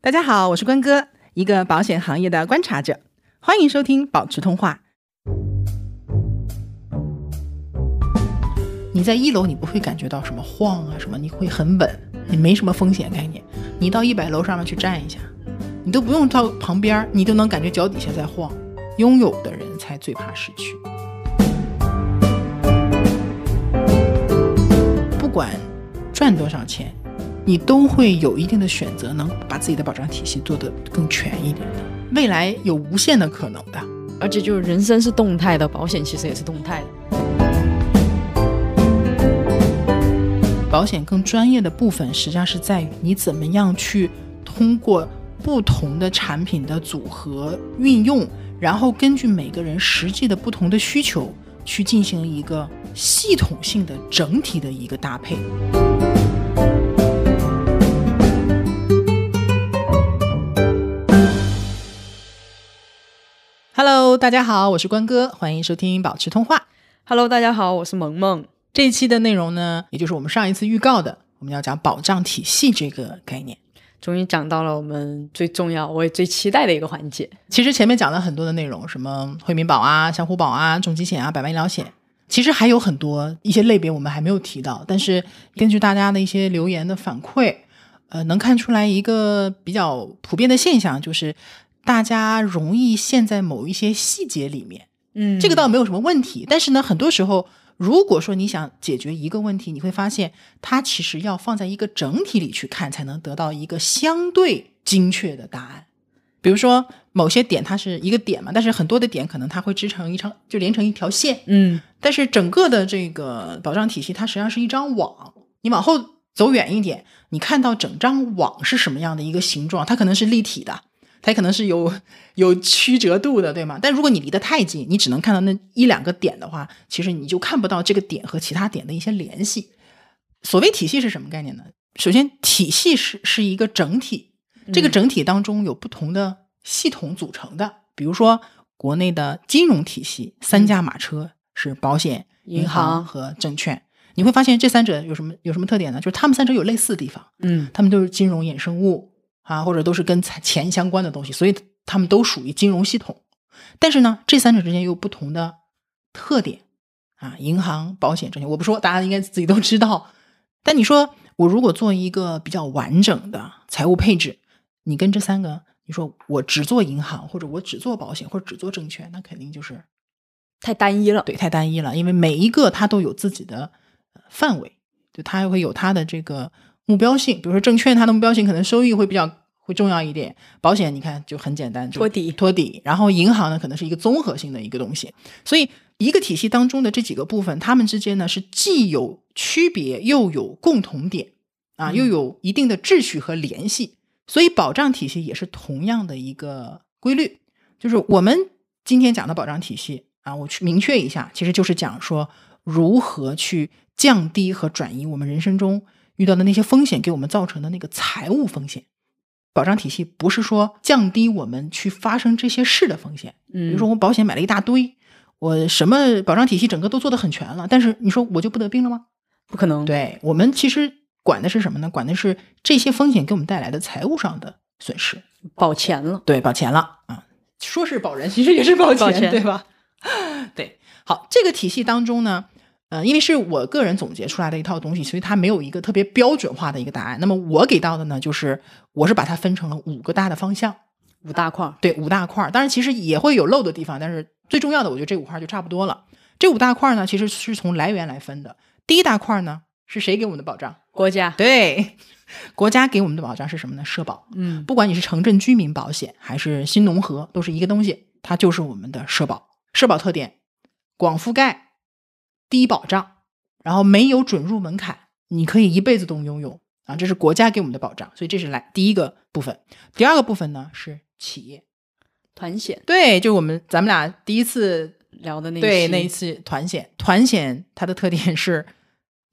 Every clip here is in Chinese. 大家好，我是关哥，一个保险行业的观察者，欢迎收听保持通话。你在一楼你不会感觉到什么晃啊什么，你会很稳，你没什么风险概念。你到一百楼上面去站一下，你都不用到旁边儿，你都能感觉脚底下在晃。拥有的人才最怕失去。不管赚多少钱，你都会有一定的选择，能把自己的保障体系做得更全一点的。未来有无限的可能的。而且就是人生是动态的，保险其实也是动态的。保险更专业的部分，实际上是在于你怎么样去通过不同的产品的组合运用，然后根据每个人实际的不同的需求，去进行一个系统性的整体的一个搭配。Hello，大家好，我是关哥，欢迎收听保持通话。 Hello，大家好，我是萌萌。这一期的内容呢，也就是我们上一次预告的，我们要讲保障体系这个概念。终于讲到了我们最重要，我也最期待的一个环节。其实前面讲了很多的内容，什么惠民保啊、相互保啊、重疾险啊、百万医疗险，其实还有很多一些类别我们还没有提到。但是根据大家的一些留言的反馈，呃，能看出来一个比较普遍的现象，就是大家容易陷在某一些细节里面。嗯这个倒没有什么问题。但是呢，很多时候，如果说你想解决一个问题，你会发现它其实要放在一个整体里去看，才能得到一个相对精确的答案。比如说某些点它是一个点嘛，但是很多的点可能它会织成一长，就连成一条线。嗯，但是整个的这个保障体系，它实际上是一张网。你往后走远一点，你看到整张网是什么样的一个形状，它可能是立体的，它也可能是有有曲折度的，对吗？但如果你离得太近，你只能看到那一两个点的话，其实你就看不到这个点和其他点的一些联系。所谓体系是什么概念呢？首先，体系是是一个整体，这个整体当中有不同的系统组成的，比如说国内的金融体系三驾马车是保险、银银行行和证券。你会发现这三者有什么有什么特点呢？就是他们三者有类似的地方，嗯他们都是金融衍生物啊，或者都是跟财钱相关的东西，所以他们都属于金融系统。但是呢，这三者之间又有不同的特点啊。银行、保险、证券，我不说，大家应该自己都知道。但你说我如果做一个比较完整的财务配置，你跟这三个，你说我只做银行，或者我只做保险，或者只做证券，那肯定就是太单一了。对，太单一了，因为每一个它都有自己的呃范围，就它会有它的这个目标性。比如说证券，它的目标性可能收益会比较会重要一点；保险，你看就很简单，就托底托底。然后银行呢，可能是一个综合性的一个东西。所以一个体系当中的这几个部分，它们之间呢是既有区别又有共同点啊，又有一定的秩序和联系。所以保障体系也是同样的一个规律。就是我们今天讲的保障体系啊，我去明确一下，其实就是讲说如何去降低和转移我们人生中遇到的那些风险给我们造成的那个财务风险。保障体系不是说降低我们去发生这些事的风险，比嗯，如说我保险买了一大堆，我什么保障体系整个都做得很全了，但是你说我就不得病了吗？不可能。，对我们其实管的是什么呢？管的是这些风险给我们带来的财务上的损失。保钱了。对，保钱了啊，说是保人，其实也是保钱，保钱对吧？ 对，好，这个体系当中呢，呃，因为是我个人总结出来的一套东西，所以它没有一个特别标准化的一个答案。那么我给到的呢，就是我是把它分成了五个大的方向，五大块儿。对，五大块儿。当然，其实也会有漏的地方，但是最重要的，我觉得这五块儿就差不多了。这五大块儿呢，其实是从来源来分的。第一大块儿呢，是谁给我们的保障？国家。对， 国家给我们的保障是什么呢？社保。嗯不管你是城镇居民保险还是新农合，都是一个东西，它就是我们的社保。社保特点：广覆盖、低保障，然后没有准入门槛，你可以一辈子都拥有啊，这是国家给我们的保障。所以这是来第一个部分。第二个部分呢是企业，团险对，就我们咱们俩第一次聊的那一对期那一次团险，团险它的特点是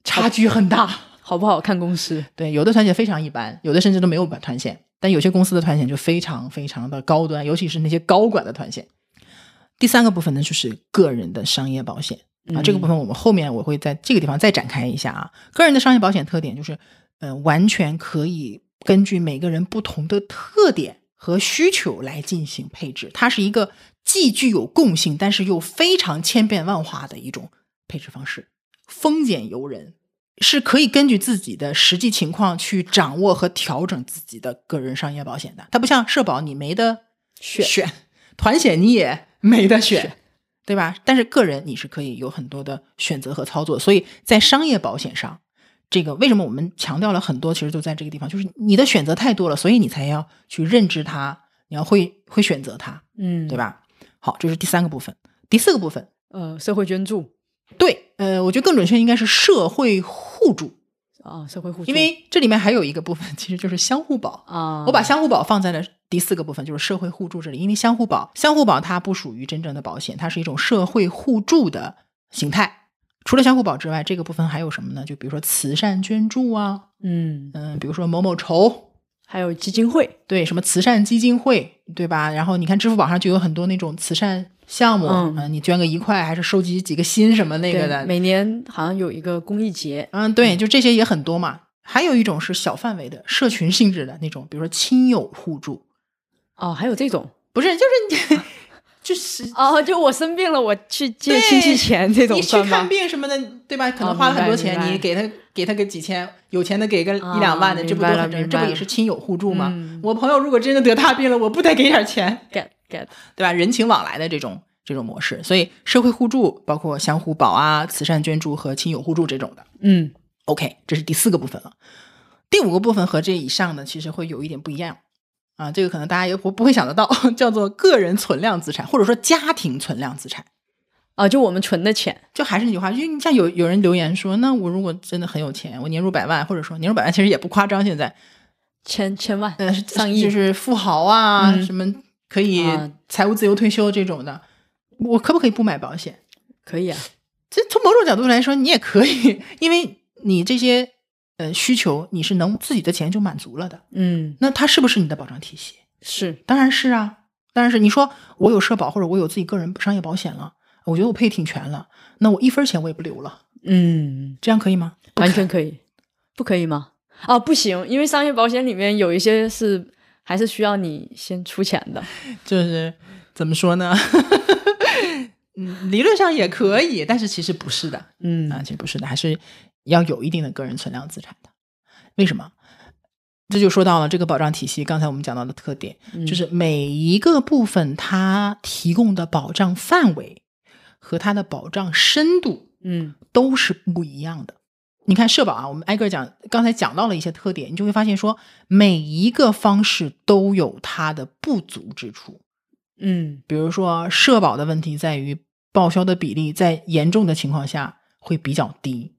差距很大。好不好看公司？对，有的团险非常一般，有的甚至都没有团险，但有些公司的团险就非常非常的高端，尤其是那些高管的团险。第三个部分呢，就是个人的商业保险啊，这个部分我们后面我会在这个地方再展开一下啊。个人的商业保险特点就是，呃，完全可以根据每个人不同的特点和需求来进行配置，它是一个既具有共性，但是又非常千变万化的一种配置方式。丰俭由人，是可以根据自己的实际情况去掌握和调整自己的个人商业保险的。它不像社保，你没得选选团险你也没得选，对吧？但是个人你是可以有很多的选择和操作，所以在商业保险上，这个为什么我们强调了很多，其实就在这个地方，就是你的选择太多了，所以你才要去认知它，你要会会选择它，嗯，对？吧？好，这是第三个部分，第四个部分，呃，社会捐助对，呃，我觉得更准确应该是社会互助，啊，社会互助，因为这里面还有一个部分其实就是相互保，啊，我把相互保放在了第四个部分，就是社会互助这里，因为相互保，相互保它不属于真正的保险，它是一种社会互助的形态。除了相互保之外，这个部分还有什么呢？就比如说慈善捐助啊，嗯，嗯，比如说某某筹，还有基金会，对，什么慈善基金会，对吧？然后你看支付宝上就有很多那种慈善项目，嗯你捐个一块，还是收集几个心什么那个对的，每年好像有一个公益节，嗯，对，就这些也很多嘛。还有一种是小范围的社群性质的那种，比如说亲友互助，哦，还有这种，不是，就是啊你 就是哦，就我生病了，我去借对亲戚钱这种你去算看吗？病什么的，对吧？可哦能花了很多明白明钱，白你给他给他个几千，有钱的给个啊一两万的，这不明都白了很正常？明这白不了也是亲友互助吗？嗯我朋友如果真的得大病了，我不得给点钱， get get，对吧？人情往来的这种这种模式，所以社会互助包括相互保啊、慈善捐助和亲友互助这种的。嗯 OK，这是第四个部分了。第五个部分和这以上呢，其实会有一点不一样啊。这个可能大家也不不会想得到， 叫做个人存量资产，或者说家庭存量资产。啊，就我们存的钱，就还是那句话，因为你像有有人留言说，那我如果真的很有钱，我年入百万，或者说年入百万其实也不夸张，现在千千万呃上亿就是富豪啊，嗯什么可以啊财务自由退休这种的，我可不可以不买保险？可以啊，这从某种角度来说，你也可以，因为你这些呃需求你是能自己的钱就满足了的。嗯，那它是不是你的保障体系？是当然是啊，当然是。你说我有社保或者我有自己个人商业保险了，我觉得我配挺全了，那我一分钱我也不留了，嗯。这样可以吗？完全可以，不可以吗？啊，不行，因为商业保险里面有一些是还是需要你先出钱的。 就是怎么说呢？ 嗯，理论上也可以，但是其实不是的嗯啊，其实不是的，还是要有一定的个人存量资产的。为什么？这就说到了这个保障体系，刚才我们讲到的特点，嗯就是每一个部分它提供的保障范围和它的保障深度嗯都是不一样的。你看社保啊，我们挨个讲，刚才讲到了一些特点，你就会发现说每一个方式都有它的不足之处。嗯比如说社保的问题在于报销的比例在严重的情况下会比较低，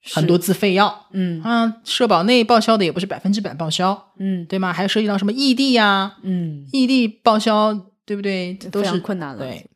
是很多自费药嗯啊，社保内报销的也不是百分之百报销，嗯对吗？还涉及到什么异地呀、嗯，异地报销，对不对？这都非常是困难了对，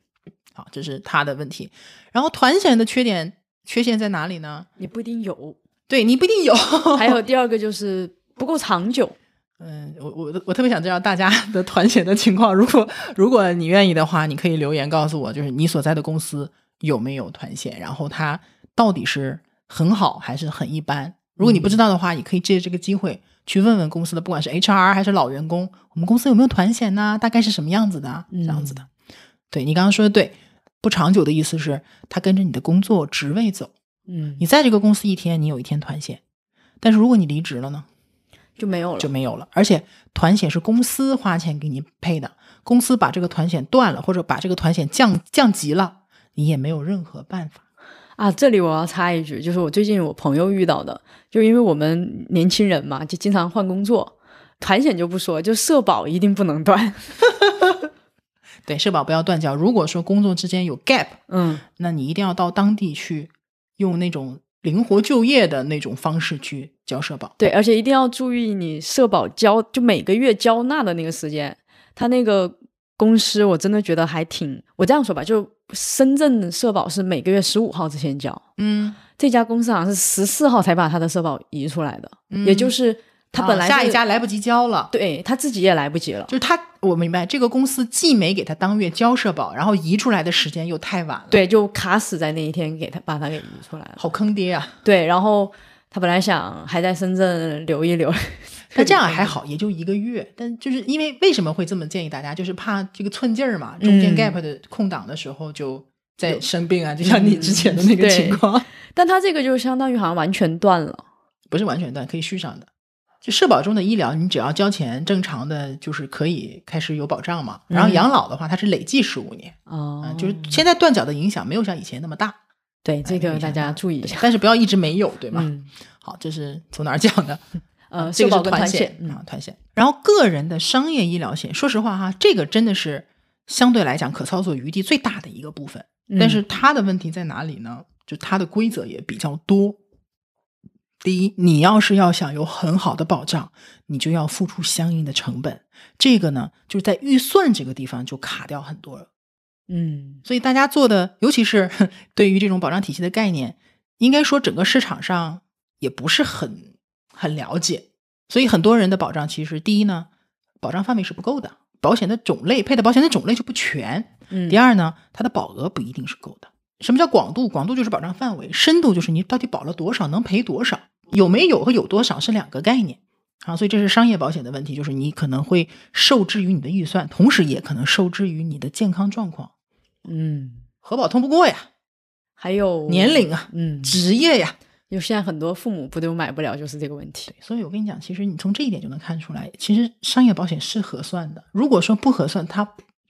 好，这是他的问题。然后团险的缺点缺陷在哪里呢？你不一定 有。对你不一定有，还有第二个就是不够长久。嗯，我我我特别想知道大家 的团险的情况。如果如果你愿意的话，你可以留言告诉我，就是你所在的公司有没有团险，然后它到底是很好还是很一般。如果你不知道的话，也可以借这个机会去问问公司的，不管是 HR 还是老员工，我们公司有没有团险呐？大概是什么样子的啊？这样子的。对你刚刚说的对，不长久的意思是它跟着你的工作职位走。嗯你，在这个公司一天，你有一天团险，但是如果你离职了呢？就没有了。就没有了。而且团险是公司花钱给你配的，公司把这个团险断了，或者把这个团险降降级了，你也没有任何办法。啊，这里我要插一句，就是我最近我朋友遇到的，就因为我们年轻人嘛，就经常换工作，团险就不说，就社保一定不 能断。对，社保不要断交。如果说工作之间有 gap，嗯那你一定要到当地去，用那种灵活就业的那种方式去交社保。对，而且一定要注意你社保交就每个月交纳的那个时间，他那个公司我真的觉得还挺，我这样说吧，就深圳的社保是每个月十五号之前交，嗯，这家公司好像是十四号才把他的社保移出来的，也就是他本嗯来、啊下一家。来不及交了。对他自己也来不及了就，是他，我明白，这个公司既没给他当月交社保，然后移出来的时间又太晚了，对，就卡死在那一天，给他把他给移出来了。好坑爹啊！对，然后他本来想还在深圳留一留， 那这样还好，也就一个月。但就是因为为什么会这么建议大家，就是怕这个寸劲儿嘛，中间嗯 gap 的空档的时候就在生病啊，就像你之前的那个嗯对情况，但他这个就相当于好像完全断了。不是完全断，可以续上的。就社保中的医疗，你只要交钱，正常的就是可以开始有保障嘛。然后嗯养老的话，它是累计十五年哦啊、就是哎现在断脚的影响没有像以前那么大，对这没个啥大大家注意一对 下。但是不要一直没有，对吗？嗯，好，这是从哪儿讲的？呃，啊这社个保是跟团团险险，嗯啊，团险。然后个人的商业医疗险，说实话哈，这个真的是相对来讲可操作余地最大的一个部分。但嗯是它的问题在哪里呢？就它的规则也比较多。第一，你要是要想有很好的保障，你就要付出相应的成本。这个呢，就是在预算这个地方就卡掉很多了。嗯所以大家做的，尤其是 对于这种保障体系的概念，应该说整个市场上也不是很很了解。所以很多人的保障其实第一呢，保障范围是不够的，保险的种类配的保险的种类就不全。嗯，第二呢，它的保额不一定是够的。什么叫广度？广度就是保障范围，深度就是你到底保了多少，能赔多少，有没有和有多少是两个概念啊。所以这是商业保险的问题，就是你可能会受制于你的预算，同时也可能受制于你的健康状况。嗯，核保通不过呀，还有年龄啊，嗯，职业呀。就现在很多父母不都买不了，就是这个问题。所以我跟你讲，其实你从这一点就能看出来，其实商业保险是核算的。如果说不核算，它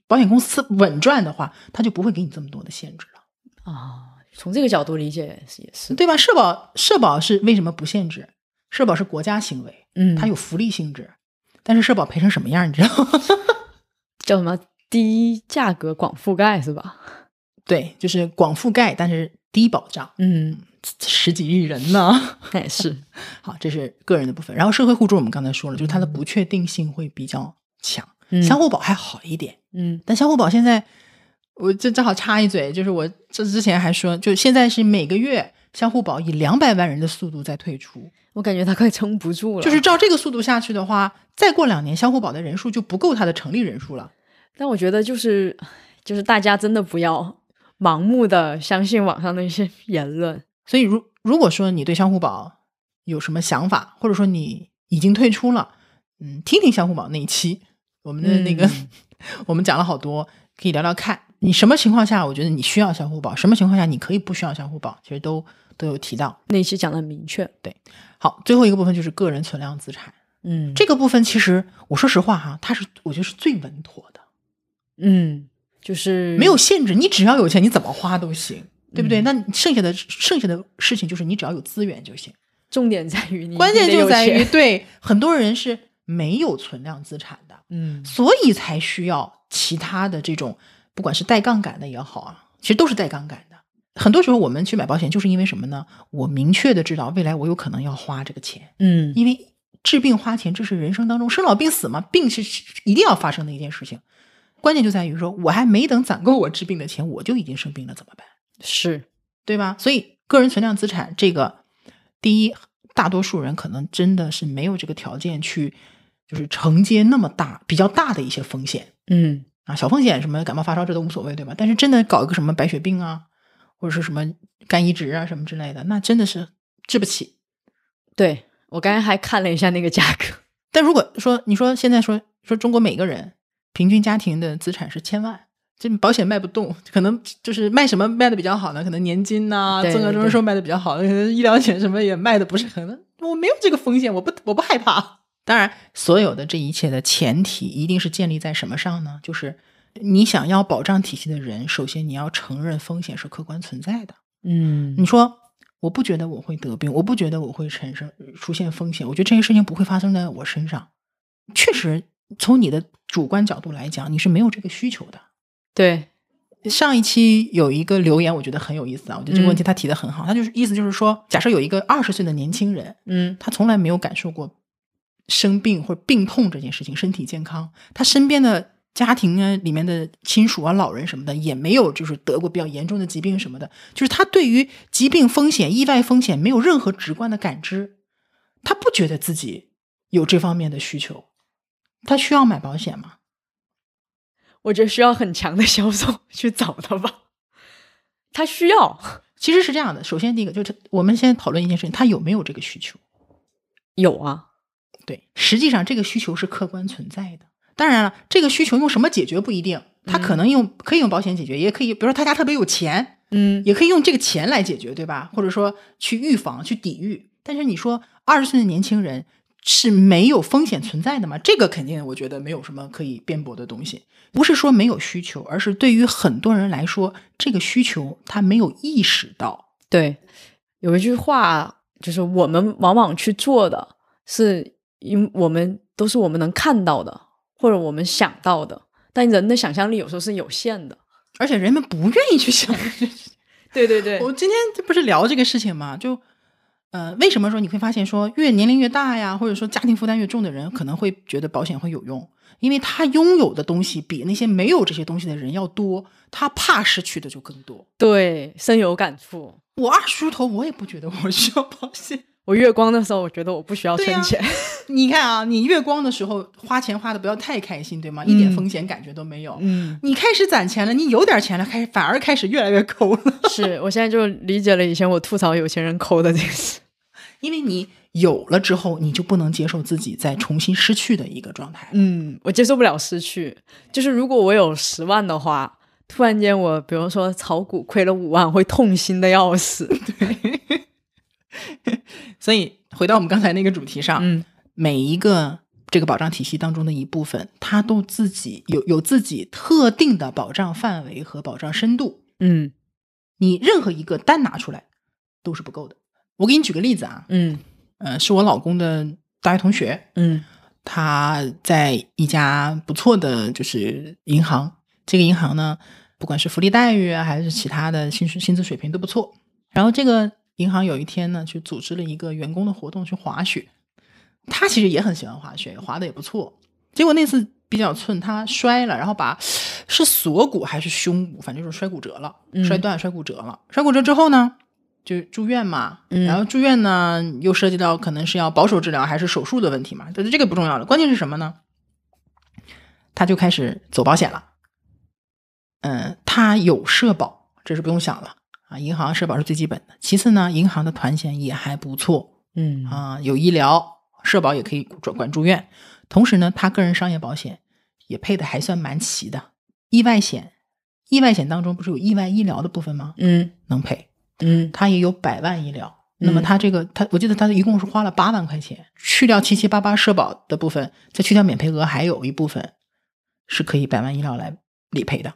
保险公司稳赚的话，它就不会给你这么多的限制了，啊，从这个角度理解也是也是，对吧？社保社保是为什么不限制？社保是国家行为，嗯，它有福利性质，但是社保赔成什么样，你知道吗？ 叫什么低价格广覆盖是吧？对，就是广覆盖，但是低保障， 嗯，十几亿人呢。 那也哎是，好，这是个人的部分。然后社会互助，我们刚才说了，就是它的不确定性会比较强。嗯相互保还好一点，嗯但相互保现在，我这正好插一嘴，就是我这之前还说，就现在是每个月相互保以两百万人的速度在退出，我感觉他快撑不住了。就是，照这个速度下去的话，再过两年相互保的人数就不够它的成立人数了。但我觉得就是就是大家真的不要盲目的相信网上那些言论。所以如如果说你对相互保有什么想法，或者说你已经退出了，嗯，听听相互保那一期，我们的那个、嗯 我们讲了好多，可以聊聊看你什么情况下，我觉得你需要相互保，什么情况下你可以不需要相互保，其实都都有提到。那期讲的很明确，好，最后一个部分就是个人存量资产，嗯，这个部分其实我说实话哈、它是我觉得是最稳妥的，嗯嗯就是没有限制，你只要有钱，你怎么花都行。对不对？那你剩下的剩下的事情就是你只要有资源就行。重点在于你关键嗯你得就有在于，钱对很多人是没有存量资产的，嗯所以才需要其他的这种，不管是带杠杆的也好啊，其实都是带杠杆的。很多时候我们去买保险，就是因为什么呢？我明确的知道未来我有可能要花这个钱，嗯因为治病花钱，这是人生当中生老病死嘛，病是一定要发生的一件事情。关键就在于说，我还没等攒够我治病的钱，我就已经生病了，怎么办？是对吧？所以个人存量资产这个，第一，大多数人可能真的是没有这个条件去，就是承接那么大比较大的一些风险嗯啊，小风险什么感冒发烧这都无所谓，对吧？但是真的搞一个什么白血病啊，或者是什么肝移植啊什么之类的，那真的是治不起。对我刚才还看了一下那个价格，但如果说你说现在说说中国每个人平均家庭的资产是千万，这保险卖不动，可能就是卖什么卖的比较好呢？可能年金呐、对增额对终身寿卖的比较好，可能医疗险什么也卖的不是很，我没有这个风险，我不我不害怕。当然，所有的这一切的前提一定是建立在什么上呢？就是你想要保障体系的人，首先你要承认风险是客观存在的。嗯你说我不觉得我会得病，我不觉得我会产生呃出现风险，我觉得这些事情不会发生在我身上。确实，从你的主观角度来讲，你是没有这个需求的。对，上一期有一个留言，我觉得很有意思啊，我觉得这个问题他提的很好，他就是意思就是说，假设有一个二十岁的年轻人，嗯他从来没有感受过生病或者病痛这件事情，身体健康，他身边的家庭啊、里面的亲属啊、老人什么的，也没有就是得过比较严重的疾病什么的，就是他对于疾病风险、意外风险没有任何直观的感知，他不觉得自己有这方面的需求，他需要买保险吗？我觉得需要很强的销售去找他吧，他需要其实是这样的，首先第一个就是我们先讨论一件事情，他有没有这个需求？有啊，对，实际上这个需求是客观存在的。当然了，这个需求用什么解决不一定，他可能用、可以用保险解决，也可以，比如说他家特别有钱，嗯，也可以用这个钱来解决，对吧？或者说去预防、去抵御。但是你说二十岁的年轻人是没有风险存在的吗？这个肯定，我觉得没有什么可以辩驳的东西。不是说没有需求，而是对于很多人来说，这个需求他没有意识到。对，有一句话就是我们往往去做的是，因我们都是我们能看到的或者我们想到的，但人的想象力有时候是有限的。而且人们不愿意去想这对对对我今天这不是聊这个事情吗？就，呃，为什么说你会发现说越年龄越大呀，或者说家庭负担越重的人，可能会觉得保险会有用，因为他拥有的东西比那些没有这些东西的人要多，他怕失去的就更多。 对，深有感触。我二十出头，我也不觉得我需要保险。 我月光的时候，我觉得我不需要对呀存钱。 你看啊，你月光的时候花钱花的不要太开心，对吗？一点嗯风险感觉都没有。嗯，你开始攒钱了，你有点钱了，开始反而开始越来越抠了，是我现在就理解了以前我吐槽有钱人抠的这个事。因为你有了之后，你就不能接受自己再重新失去的一个状态。嗯， 我接受不了失去。就是如果我有十万的话，突然间我比如说炒股亏了五万，我会痛心的要死。所以回到我们刚才那个主题上，嗯每一个这个保障体系当中的一部分，它都自己有有自己特定的保障范围和保障深度。嗯你任何一个单拿出来都是不够的。我给你举个例子啊，嗯呃，是我老公的大学同学，嗯他在一家不错的就是银行，这个银行呢，不管是福利待遇啊，还是其他的薪水薪资水平都不错。然后这个银行有一天呢，就组织了一个员工的活动去滑雪，他其实也很喜欢滑雪，滑的也不错。结果那次比较寸，他摔了，然后把是锁骨还是胸骨，反正就是摔骨折了，嗯摔断、摔骨折了。摔骨折之后呢，就住院嘛，嗯然后住院呢又涉及到可能是要保守治疗还是手术的问题嘛，但是这个不重要了，关键是什么呢？他就开始走保险了。嗯，他有社保，这是不用想了啊，银行社保是最基本的。其次呢，银行的团险也还不错，嗯啊、有医疗社保也可以管管住院，同时呢，他个人商业保险也配的还算蛮齐的。意外险，意外险当中不是有意外医疗的部分吗？嗯能赔，嗯他也有百万医疗。那么嗯他这个，他我记得他一共是花了八万块钱，去掉七七八八社保的部分，再去掉免赔额，还有一部分是可以百万医疗来理赔的。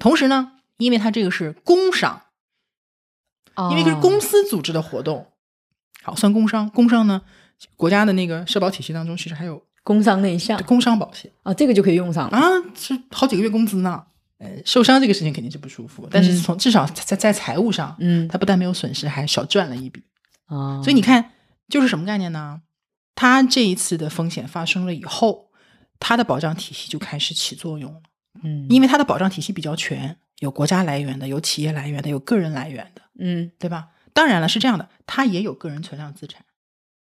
同时呢，因为他这个是工伤，因为这是公哦司组织的活动，好算工伤。工伤呢，国家的那个社保体系当中其实还有工伤那一项工伤保险啊，这个就可以用上了。啊，是好几个月工资呢。呃，受伤这个事情肯定是不舒服，但是嗯从至少在在在财务上，嗯他不但没有损失，还少赚了一笔。啊，所以你看，就是什么概念呢？他这一次的风险发生了以后，他的保障体系就开始起作用了，嗯因为他的保障体系比较全，有国家来源的，有企业来源的，有个人来源的。嗯对吧？当然了，是这样的，它也有个人存量资产，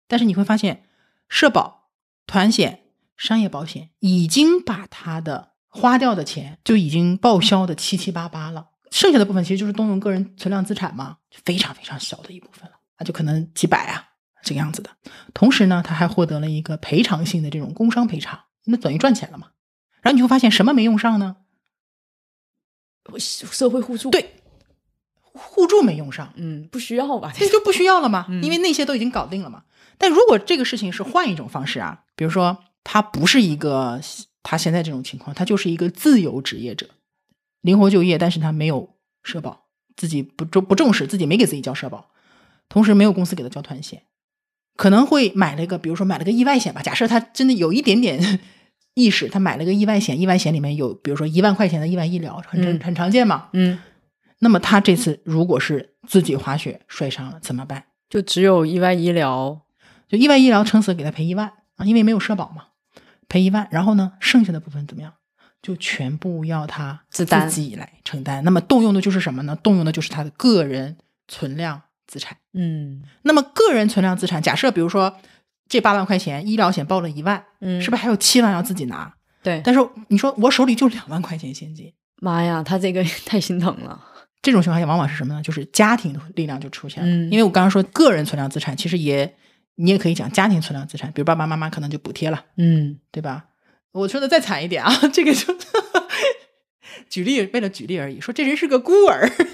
但是你会发现，社保、团险、商业保险已经把它的花掉的钱就已经报销的七七八八了，剩下的部分其实就是动用个人存量资产嘛，非常非常小的一部分了，那就可能几百啊这个样子的。同时呢，他还获得了一个赔偿性的这种工伤赔偿，那等于赚钱了嘛。然后你会发现什么没用上呢？社会互助对互助没用上，嗯不需要吧？这就不需要了嘛，嗯因为那些都已经搞定了嘛。但如果这个事情是换一种方式啊，比如说他不是一个他现在这种情况，他就是一个自由职业者，灵活就业，但是他没有社保，自己不重不重视，自己没给自己交社保，同时没有公司给他交团险，可能会买了一个，比如说买了个意外险吧。假设他真的有一点点意识，他买了个意外险，意外险里面有比如说一万块钱的意外医疗，很常嗯很常见嘛。嗯，那么他这次如果是自己滑雪摔伤了怎么办？就只有意外医疗。就意外医疗撑死给他赔一万啊，因为没有社保嘛，赔一万。然后呢，剩下的部分怎么样？就全部要他自担己来承担。那么动用的就是什么呢？动用的就是他的个人存量资产。嗯那么个人存量资产，假设比如说这八万块钱医疗险报了一万，嗯，是不吧？是还有七万要自己拿？对，但是你说我手里就两万块钱现金，妈呀，他这个 太心疼了。这种情况下，往往是什么呢？就是家庭的力量就出现了。嗯因为我刚刚说，个人存量资产其实也你也可以讲家庭存量资产，比如爸爸妈妈可能就补贴了，嗯对吧？我说的再惨一点啊， 这个就举例，为了举例而已，说这人是个孤儿，嗯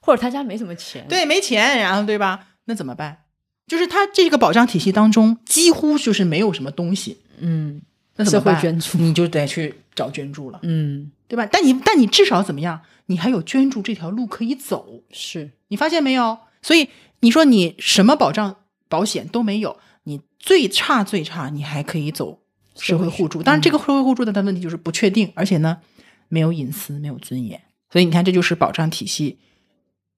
或者他家没什么钱，， 对，没钱，然后对吧？那怎么办？就是他这个保障体系当中几乎就是没有什么东西，嗯，那怎社么会办？捐助，你就得去找捐助了，嗯，对吧？但你但你至少怎么样？你还有捐助这条路可以走，是，你发现没有？所以你说你什么保障保险都没有，你最差最差，你还可以走社会互助。当然，这个社会互助的它问题就是不确定，而且呢，没有隐私，没有尊严。所以你看，这就是保障体系。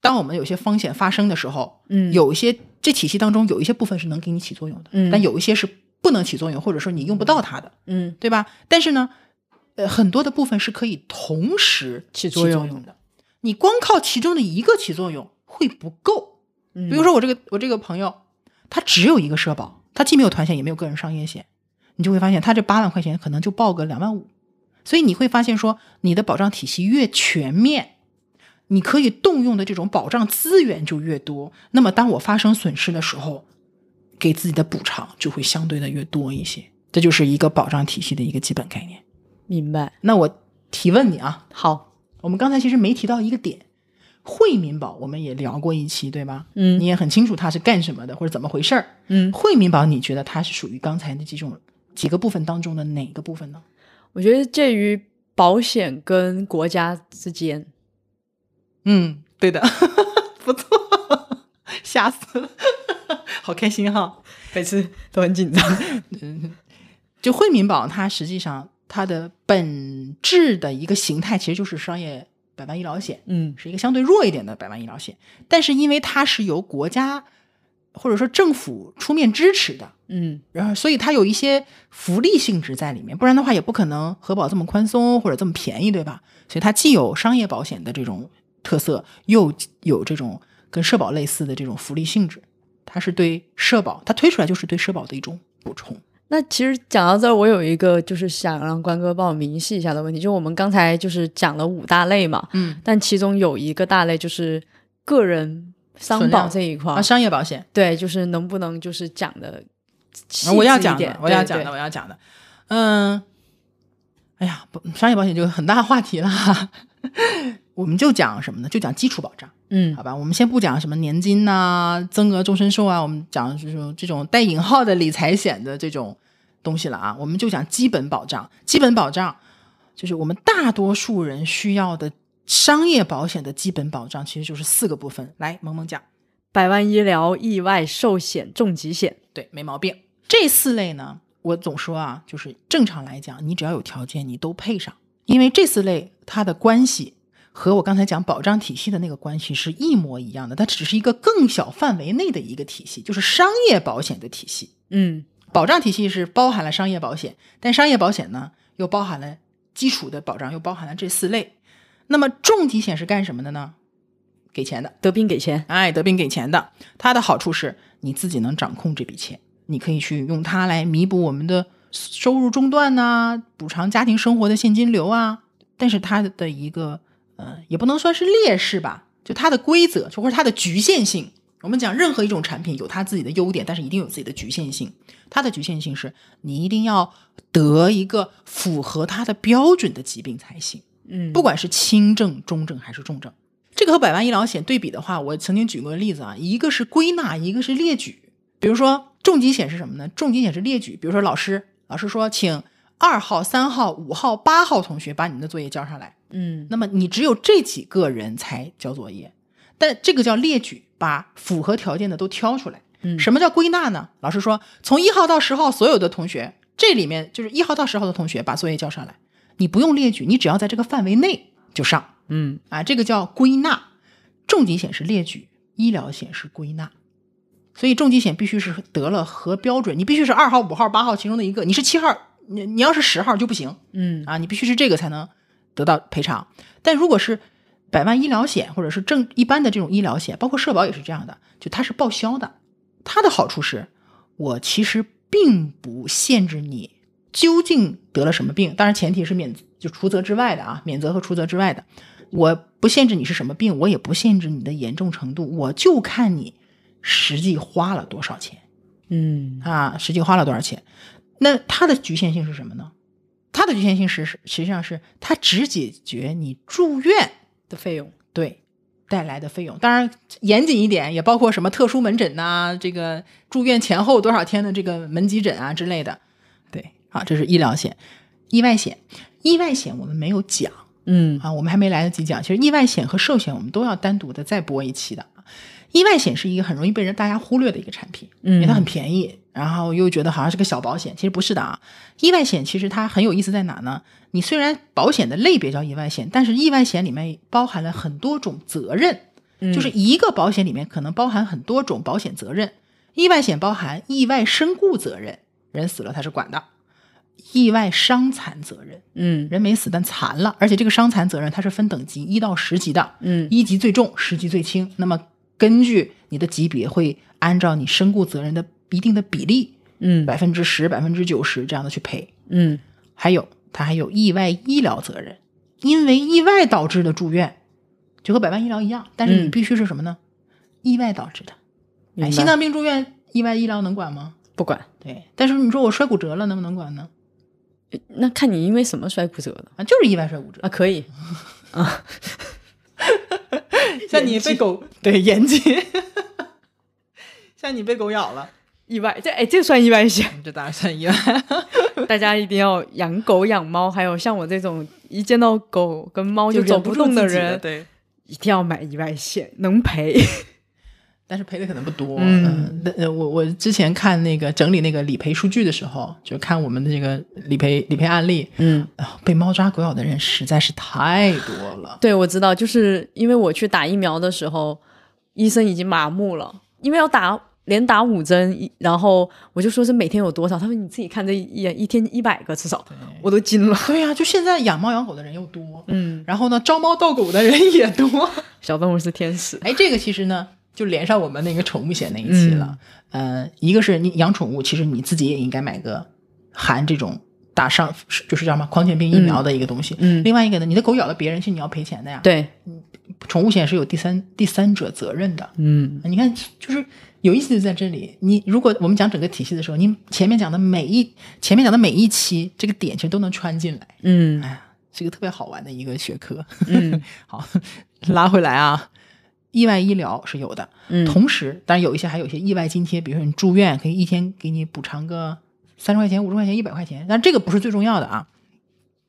当我们有些风险发生的时候，嗯，，有一些这体系当中有一些部分是能给你起作用的，嗯但有一些是不能起作用，或者说你用不到它的，嗯，对吧？但是呢，呃，很多的部分是可以同时起作作用的。你光靠其中的一个起作用会不够。比比如，说我这个我这个朋友，他只有一个社保，他既没有团险也没有个人商业险，你就会发现他这八万块钱可能就报个两万五。所以你会发现说，你的保障体系越全面，你可以动用的这种保障资源就越多。那么当我发生损失的时候，给自己的补偿就会相对的越多一些。这就是一个保障体系的一个基本概念。明白，那我提问你啊，好，我们刚才其实没提到一个点，惠民保我们也聊过一期，对吧？嗯你也很清楚它是干什么的或者怎么回事儿。嗯，惠民保你觉得它是属于刚才的几种几个部分当中的哪个部分呢？我觉得介于保险跟国家之间，嗯，对的， 不错，吓死了，好开心哈！每次都很紧张，就惠民保，它实际上它的本质的一个形态其实就是商业百万医疗险，嗯是一个相对弱一点的百万医疗险，但是因为它是由国家或者说政府出面支持的，嗯然后所以它有一些福利性质在里面，不然的话也不可能核保这么宽松或者这么便宜，对吧？所以它既有商业保险的这种特色，又有这种跟社保类似的这种福利性质，它是对社保，它推出来就是对社保的一种补充。那其实讲到这儿，我有一个就是想让关哥帮我明细一下的问题，就我们刚才就是讲了五大类嘛，嗯，但其中有一个大类就是个人商存保量这一块儿，啊，商业保险。对，就是能不能就是讲的啊我要讲的，我要讲的，对我要讲的。嗯，哎呀，不，商业保险就很大话题了 哈。我们就讲什么呢？就讲基础保障，嗯好吧？我们先不讲什么年金呐、增额终身寿啊，我们讲就是这种带引号的理财险的这种东西了啊。我们就讲基本保障，基本保障就是我们大多数人需要的商业保险的基本保障，其实就是四个部分。来，萌萌讲。百万医疗意外寿险、重疾险，对，没毛病。这四类呢，我总说啊，就是正常来讲，你只要有条件，你都配上，因为这四类它的关系和我刚才讲保障体系的那个关系是一模一样的，它只是一个更小范围内的一个体系，就是商业保险的体系。嗯保障体系是包含了商业保险，但商业保险呢又包含了基础的保障，又包含了这四类。那么重疾险是干什么的呢？给钱的。得病给钱，哎，得病给钱的，它的好处是你自己能掌控这笔钱，你可以去用它来弥补我们的呃收入中断呐、补偿家庭生活的现金流啊。但是它的一个呃，也不能算是劣势吧，就它的规则，就或者它的呃局限性。我们讲任何一种产品有它自己的优点，但是一定有自己的局限性。它的局限性是你一定要得一个符合它的标准的疾病才行。嗯，不管是轻症、中症还是重症。这个和百万医疗险对比的话，我曾经举过例子啊，一个是归纳，一个是列举。比如说重疾险是什么呢？重疾险是列举，比如说老师，老师说请二号、三号、五号、八号同学把你们的作业交上来，嗯那么你只有这几个人才交作业，但这个叫列举，把符合条件的都挑出来。嗯什么叫归纳呢？老师说，从一号到十号所有的同学，这里面就是一号到十号的同学把作业交上来，你不用列举，你只要在这个范围内就上嗯啊，这个叫归纳。重疾险是列举，医疗险是归纳。所以重疾险必须是得了合标准，你必须是二号、五号、八号其中的一个，你是七号，你你要是十号就不行。嗯啊，你必须是这个才能得到赔偿。但如果是百万医疗险或者是正一般的这种医疗险，包括社保也是这样的，就它是报销的。它的好处是，我其实并不限制你究竟得了什么病，当然前提是免就除责之外的啊，免责和除责之外的，我不限制你是什么病，我也不限制你的严重程度，我就看你实际花了多少钱。嗯啊，实际花了多少钱？那它的局限性是什么呢？它的局限性是实际上是它只解决你住院的费用，对带来的费用，当然严谨一点，也包括什么特殊门诊呐、这个住院前后多少天的这个门急诊啊之类的。对，好，这是医疗险，意外险，意外险我们没有讲。嗯啊，我们还没来得及讲，其实意外险和寿险我们都要单独的再播一期的。意外险是一个很容易被人大家忽略的一个产品，因为它很便宜，然后又觉得好像是个小保险，其实不是的啊。意外险其实它很有意思在哪呢？你虽然保险的类别叫意外险，但是意外险里面包含了很多种责任，就是一个保险里面可能包含很多种保险责任。意外险包含意外身故责任，人死了他是管的；意外伤残责任，嗯人没死但残了，而且这个伤残责任它是分等级一到十级的，嗯一级最重，十级最轻。那么根据你的级别，会按照你身故责任的一定的比例，嗯百分之十、百分之九十这样的去赔。嗯还有，它还有意外医疗责任，因为意外导致的住院，就和百万医疗一样，但是你嗯必须是什么呢？意外导致的，明哎，白心脏病住院，意外医疗能管吗？不管，对，但是你说我摔骨折了，能不能管呢？那看你因为什么摔骨折的啊，就是意外摔骨折，啊，可以，像你被狗对严谨，像你被狗咬了，意外这哎这算意外险，这当然算意外。 大家一定要养狗养猫，还有像我这种一见到狗跟猫就就走动的忍人不住自己，对。一定要买意外险，能赔。 但是赔的可能不多，嗯呃，那我我之前看那个整理那个理赔数据的时候，就看我们的这个理赔理赔案例，嗯，啊，被猫抓狗咬的人实在是太多了。 对，我知道，就是因为我去打疫苗的时候，医生已经麻木了，因为要打连打五针，一然后我就说这每天有多少，他说你自己看这一一天一百个至少，我都惊了。对啊呀、就现在养猫养狗的人又多，嗯，然后呢，招猫逗狗的人也多。小动物是天使。哎，这个其实呢，就连上我们那个宠物险那一期了。嗯呃，一个是你养宠物，其实你自己也应该买个含这种打上就是叫什么狂犬病疫苗的一个东西。嗯另外一个呢，你的狗咬了别人，是你要赔钱的呀。，对，宠物险是有第三第三者责任的。嗯你看，就是有意思就在这里。你如果我们讲整个体系的时候，你前面讲的每一前面讲的每一期这个点其实都能穿进来。嗯哎呀，是一个特别好玩的一个学科。嗯 好，拉回来啊，意外医疗是有的，嗯，同时当然有一些还有一些意外津贴，比如说你住院可以一天给你补偿个三十块钱、五十块钱、一百块钱，但这个不是最重要的啊。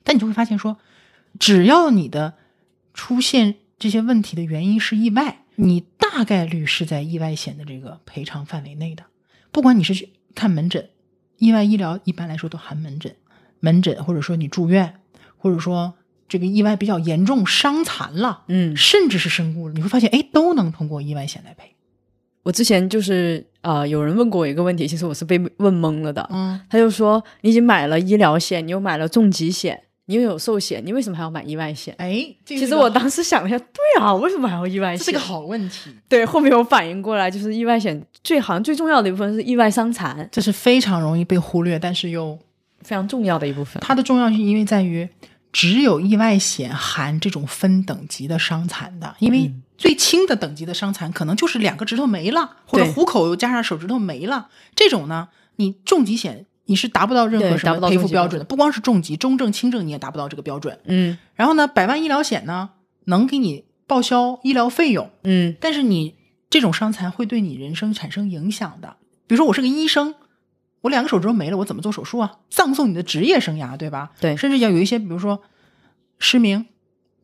但你就会发现说，只要你的出现这些问题的原因是意外，你大概率是在意外险的这个赔偿范围内的。不管你是去看门诊，意外医疗一般来说都含门诊，门诊或者说你住院，或者说这个意外比较严重伤残了，嗯，甚至是身故了，你会发现哎都能通过意外险来赔。我之前就是啊、呃有人问过我一个问题，其实我是被问懵了的。嗯，他就说你已经买了医疗险，你又买了重疾险，你又有寿险，你为什么还要买意外险？哎，这个其是实个我当时想了一下，对啊，为什么还要意外这险？是个好问题，对，后面我反应过来，就是意外险最好像最重要的一部分是意外伤残，这是非常容易被忽略，但是又非常重要的一部分。它的重要性，因为在于只有意外险含这种分等级的伤残的，因嗯为最轻的等级的伤残可能就是两个指头没了，或者对虎口加上手指头没了，这种呢，你重疾险你是达不到任何对什达不么到赔重付疾标标准的，不光是重疾，中症、轻症你也达不到这个标准。嗯然后呢，百万医疗险呢能给你报销医疗费用，嗯但是你这种伤残会对你人生产生影响的。比如说，我是个医生，我两个手指头没了，我怎么做手术啊？葬送你的职业生涯，对吧？对甚至要有一些，比如说失明，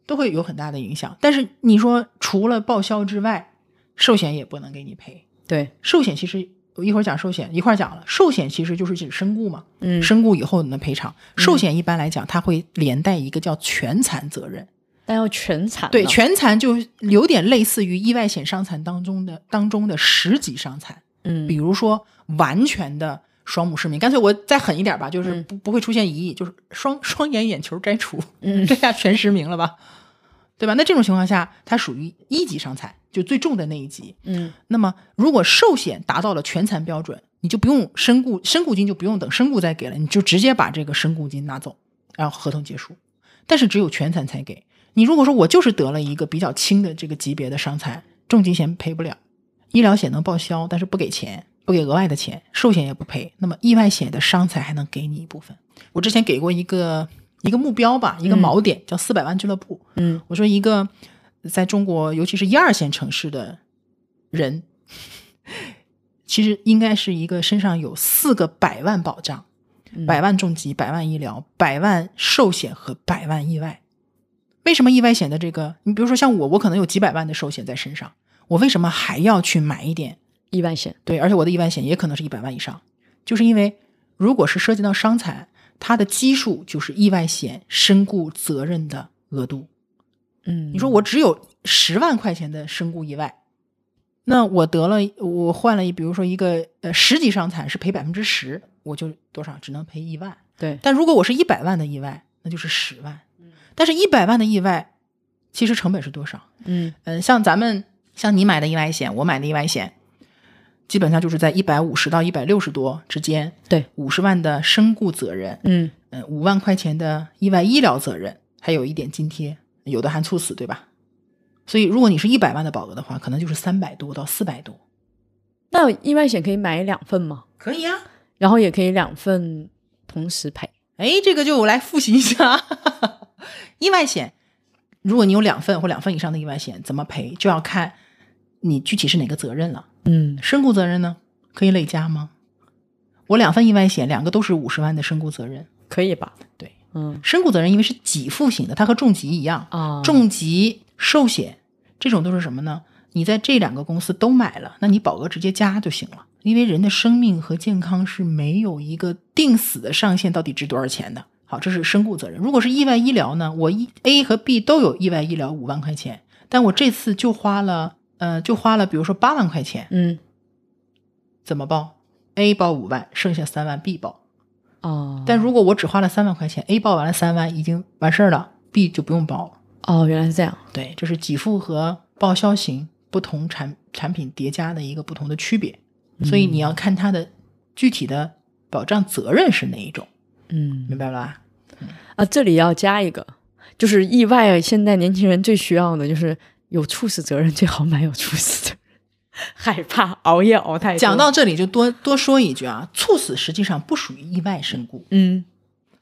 都会有很大的影响。但是你说，除了报销之外，寿险也不能给你赔。对，寿险其实我一会儿讲寿险，一块儿讲了。寿险其实就是指身故嘛，嗯身故以后你的赔偿。寿险一般来讲，它会连带一个叫全残责任。但要全残了。对，全残就有点类似于意外险伤残当中的当中的十级伤残，嗯比如说完全的双目失明。干脆我再狠一点吧，就是不、不会出现一亿，就是双双眼眼球摘除，嗯这下全失明了吧，对吧？那这种情况下，它属于一级伤残，就最重的那一级。嗯那么如果寿险达到了全残标准，你就不用身故，身故金就不用等身故再给了，你就直接把这个身故金拿走，然后合同结束。但是只有全残才给你。如果说我就是得了一个比较轻的这个级别的伤残，重疾险赔不了，医疗险能报销，但是不给钱，不给额外的钱，寿险也不赔，那么意外险的伤残还能给你一部分。我之前给过一个一个目标吧，一个锚点、叫四百万俱乐部。嗯，我说一个在中国，尤其是一二线城市的人，其实应该是一个身上有四个百万保障：嗯百万重疾、百万医疗、百万寿险和百万意外。为什么意外险的这个？你比如说像我，我可能有几百万的寿险在身上，我为什么还要去买一点意外险，对，而且我的意外险也可能是一百万以上，就是因为如果是涉及到伤残，它的基数就是意外险身故责任的额度。嗯，你说我只有十万块钱的身故意外，那我得了，我患了一，比如说一个呃十级伤残是赔百分之十，我就多少只能赔一万。对，但如果我是一百万的意外，那就是十万。但是，一百万的意外，其实成本是多少？嗯嗯，像咱们像你买的意外险，我买的意外险，基本上就是在一百五十到一百六十多之间，对，五十万的身故责任，嗯嗯，五万块钱的意外医疗责任，还有一点津贴，有的还猝死，对吧？所以，如果你是一百万的保额的话，可能就是三百多到四百多。那意外险可以买两份吗？可以啊，然后也可以两份同时赔。哎，这个就我来复习一下， 意外险，如果你有两份或两份以上的意外险，怎么赔就要看你具体是哪个责任了。嗯身故责任呢，可以累加吗？我两份意外险，两个都是五十万的身故责任。，可以吧？对，嗯身故责任因为是给付型的，它和重疾一样，啊，重疾寿险这种都是什么呢？你在这两个公司都买了，那你保额直接加就行了。因为人的生命和健康是没有一个定死的上限，到底值多少钱的。好，这是身故责任。如果是意外医疗呢？我一 A 和 B 都有意外医疗五万块钱，但我这次就花了，呃，就花了，比如说八万块钱。嗯怎么报？A 报五万，剩下三万 B 报。哦，但如果我只花了三万块钱，A 报完了三万，已经完事儿了，B 就不用报了。哦，原来是这样。对，这是给付和报销型不同产产品叠加的一个不同的区别，所以你要看它的具体的保障责任是哪一种，嗯明白了吧？啊，这里要加一个，就是意外，现在年轻人最需要的就是有猝死责任，最好买有猝死责任，害怕熬夜熬太多。讲到这里就多多说一句啊，猝死实际上不属于意外身故，嗯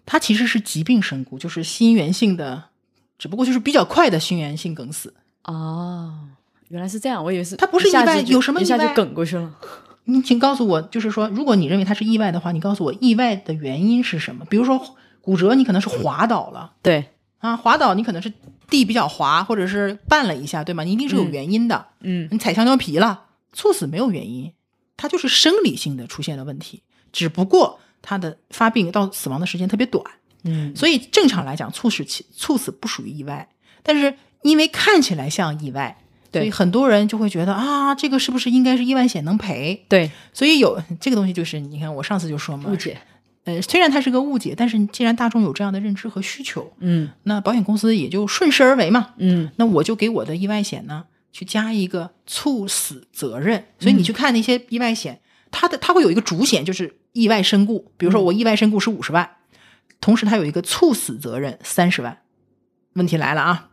它其实是疾病身故，就是心源性的，只不过就是比较快的心源性梗死。哦，原来是这样，我以为是它不是一下意外子就有什么一下意外就梗过去了。你请告诉我，就是说，如果你认为它是意外的话，你告诉我意外的原因是什么？比如说骨折，你可能是滑倒了对，啊，滑倒你可能是地比较滑，或者是绊了一下，对吗？你一定是有嗯原因的。嗯你踩香蕉皮了，猝死没有原因，它就是生理性的出现了问题，只不过它的发病到死亡的时间特别短，嗯所以正常来讲，猝死其猝死不属于意外，但是因为看起来像意外，所对以很多人就会觉得啊，这个是不是应该是意外险能赔？对，所以有这个东西，就是你看，我上次就说嘛，误。解。呃，虽然它是个误解，但是既然大众有这样的认知和需求，嗯那保险公司也就顺势而为嘛。嗯那我就给我的意外险呢，去加一个猝死责任。所以你去看那些意外险，它的它会有一个主险，就是意外身故。比如嗯说我意外身故是五十万，同时它有一个猝死责任三十万。问题来了啊，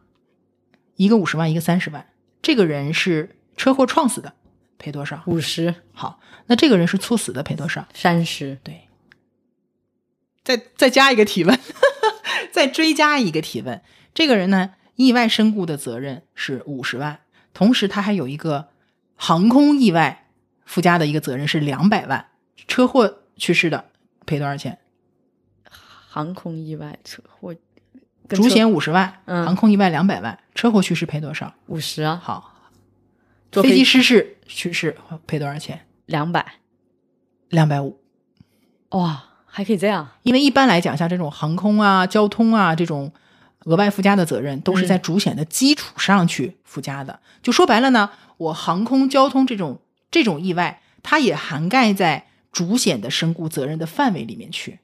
一个五十万，一个三十万，这个人是车祸撞死的，赔多少？五十好，那这个人是猝死的，赔多少？三十，对，再再加一个提问， 再追加一个提问。这个人呢，意外身故的责任是五十万，同时他还有一个航空意外附加的一个责任是两百万。车祸去世的赔多少钱？航空意外车祸，跟主车险五十万，嗯航空意外两百万，车祸去世赔多少？五十啊，好，坐飞机失事去世赔多少钱？两百，两百五。哇，还可以这样，因为一般来讲，像这种航空啊、交通啊这种额外附加的责任，都是嗯在主险的基础上去附加的。就说白了呢，我航空交通这种这种意外，它也涵盖在主险的身故责任的范围里面去。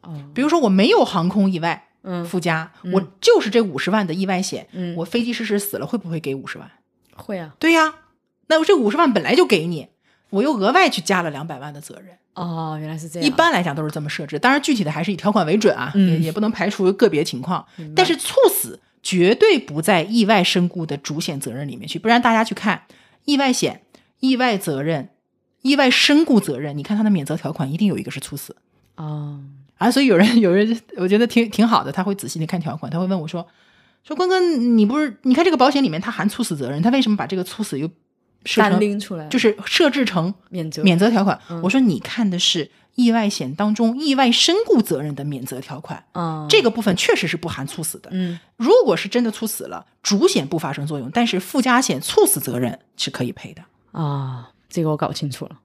哦，比如说，我没有航空意外嗯，附加，我就是这五十万的意外险，嗯我飞机失事死了会不会给五十万？会啊，对呀，那我这五十万本来就给你，我又额外去加了两百万的责任。哦，原来是这样，一般来讲都是这么设置，当然具体的还是以条款为准啊，嗯也也不能排除个别情况。明白，但是猝死绝对不在意外身故的主险责任里面去，不然大家去看意外险、意外责任、意外身故责任，你看它的免责条款一定有一个是猝死啊，啊，所以有人有人我觉得挺挺好的，他会仔细的看条款，他会问我说说关哥，你不是你看这个保险里面它含猝死责任，他为什么把这个猝死又设单成拎出来就是设置成免责免责条款？嗯我说你看的是意外险当中意外身故责任的免责条款，啊，这个部分确实是不含猝死的。嗯如果是真的猝死了，主险不发生作用，但是附加险猝死责任是可以赔的。啊，这个我搞清楚了。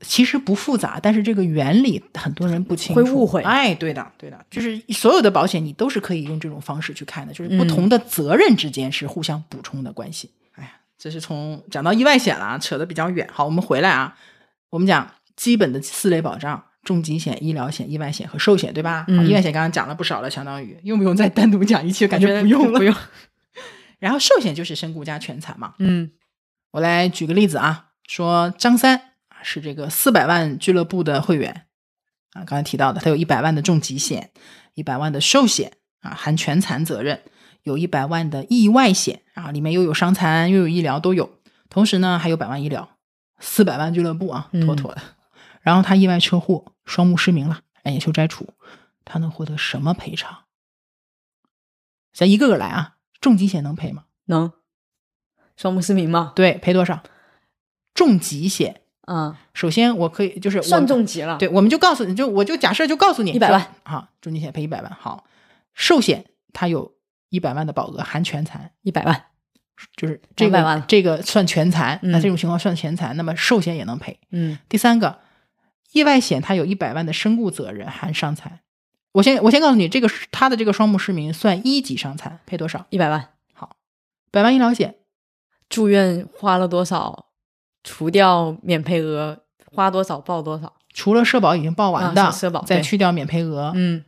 其实不复杂，但是这个原理很多人不清楚，会误会哎，对的，对的，就是所有的保险你都是可以用这种方式去看的，就是不嗯同的责任之间是互相补充的关系。哎呀，这是从讲到意外险了啊，扯得比较远。好，我们回来啊，我们讲基本的四类保障：重疾险、医疗险、意外险和寿险，对吧？嗯好意外险刚刚讲了不少了，相当于用不用再单独讲一期？我感觉不用了不。用。 然后寿险就是身故加全残嘛， 嗯我来举个例子啊，说张三啊是这个四百万俱乐部的会员啊，刚才提到的，他有一百万的重疾险，一百万的寿险啊，含全残责任，有一百万的意外险啊，里面又有伤残又有医疗都有，同时呢还有百万医疗，四百万俱乐部啊，妥妥的。然后他意外车祸，双目失明了，眼球摘除，他能获得什么赔偿？咱一个个来啊，重疾险能赔吗？能双目失明嘛？对，赔多少？重疾险，啊，首先我可以就是我算重疾了。，对，我们就告诉你就我就假设就告诉你100万啊，重疾险赔一百万。好，寿险它有一百万的保额，含全残，一百万。就是这个200万了这个算全残，嗯那这种情况算全残，那么寿险也能赔。嗯第三个，意外险它有一百万的身故责任，含伤残。我先我先告诉你，这个是它的这个双目失明算一级伤残，赔多少？一百万。百万医疗险住院花了多少？除掉免赔额花多少报多少？除了社保已经报完啊的，是社保再对去掉免赔额，嗯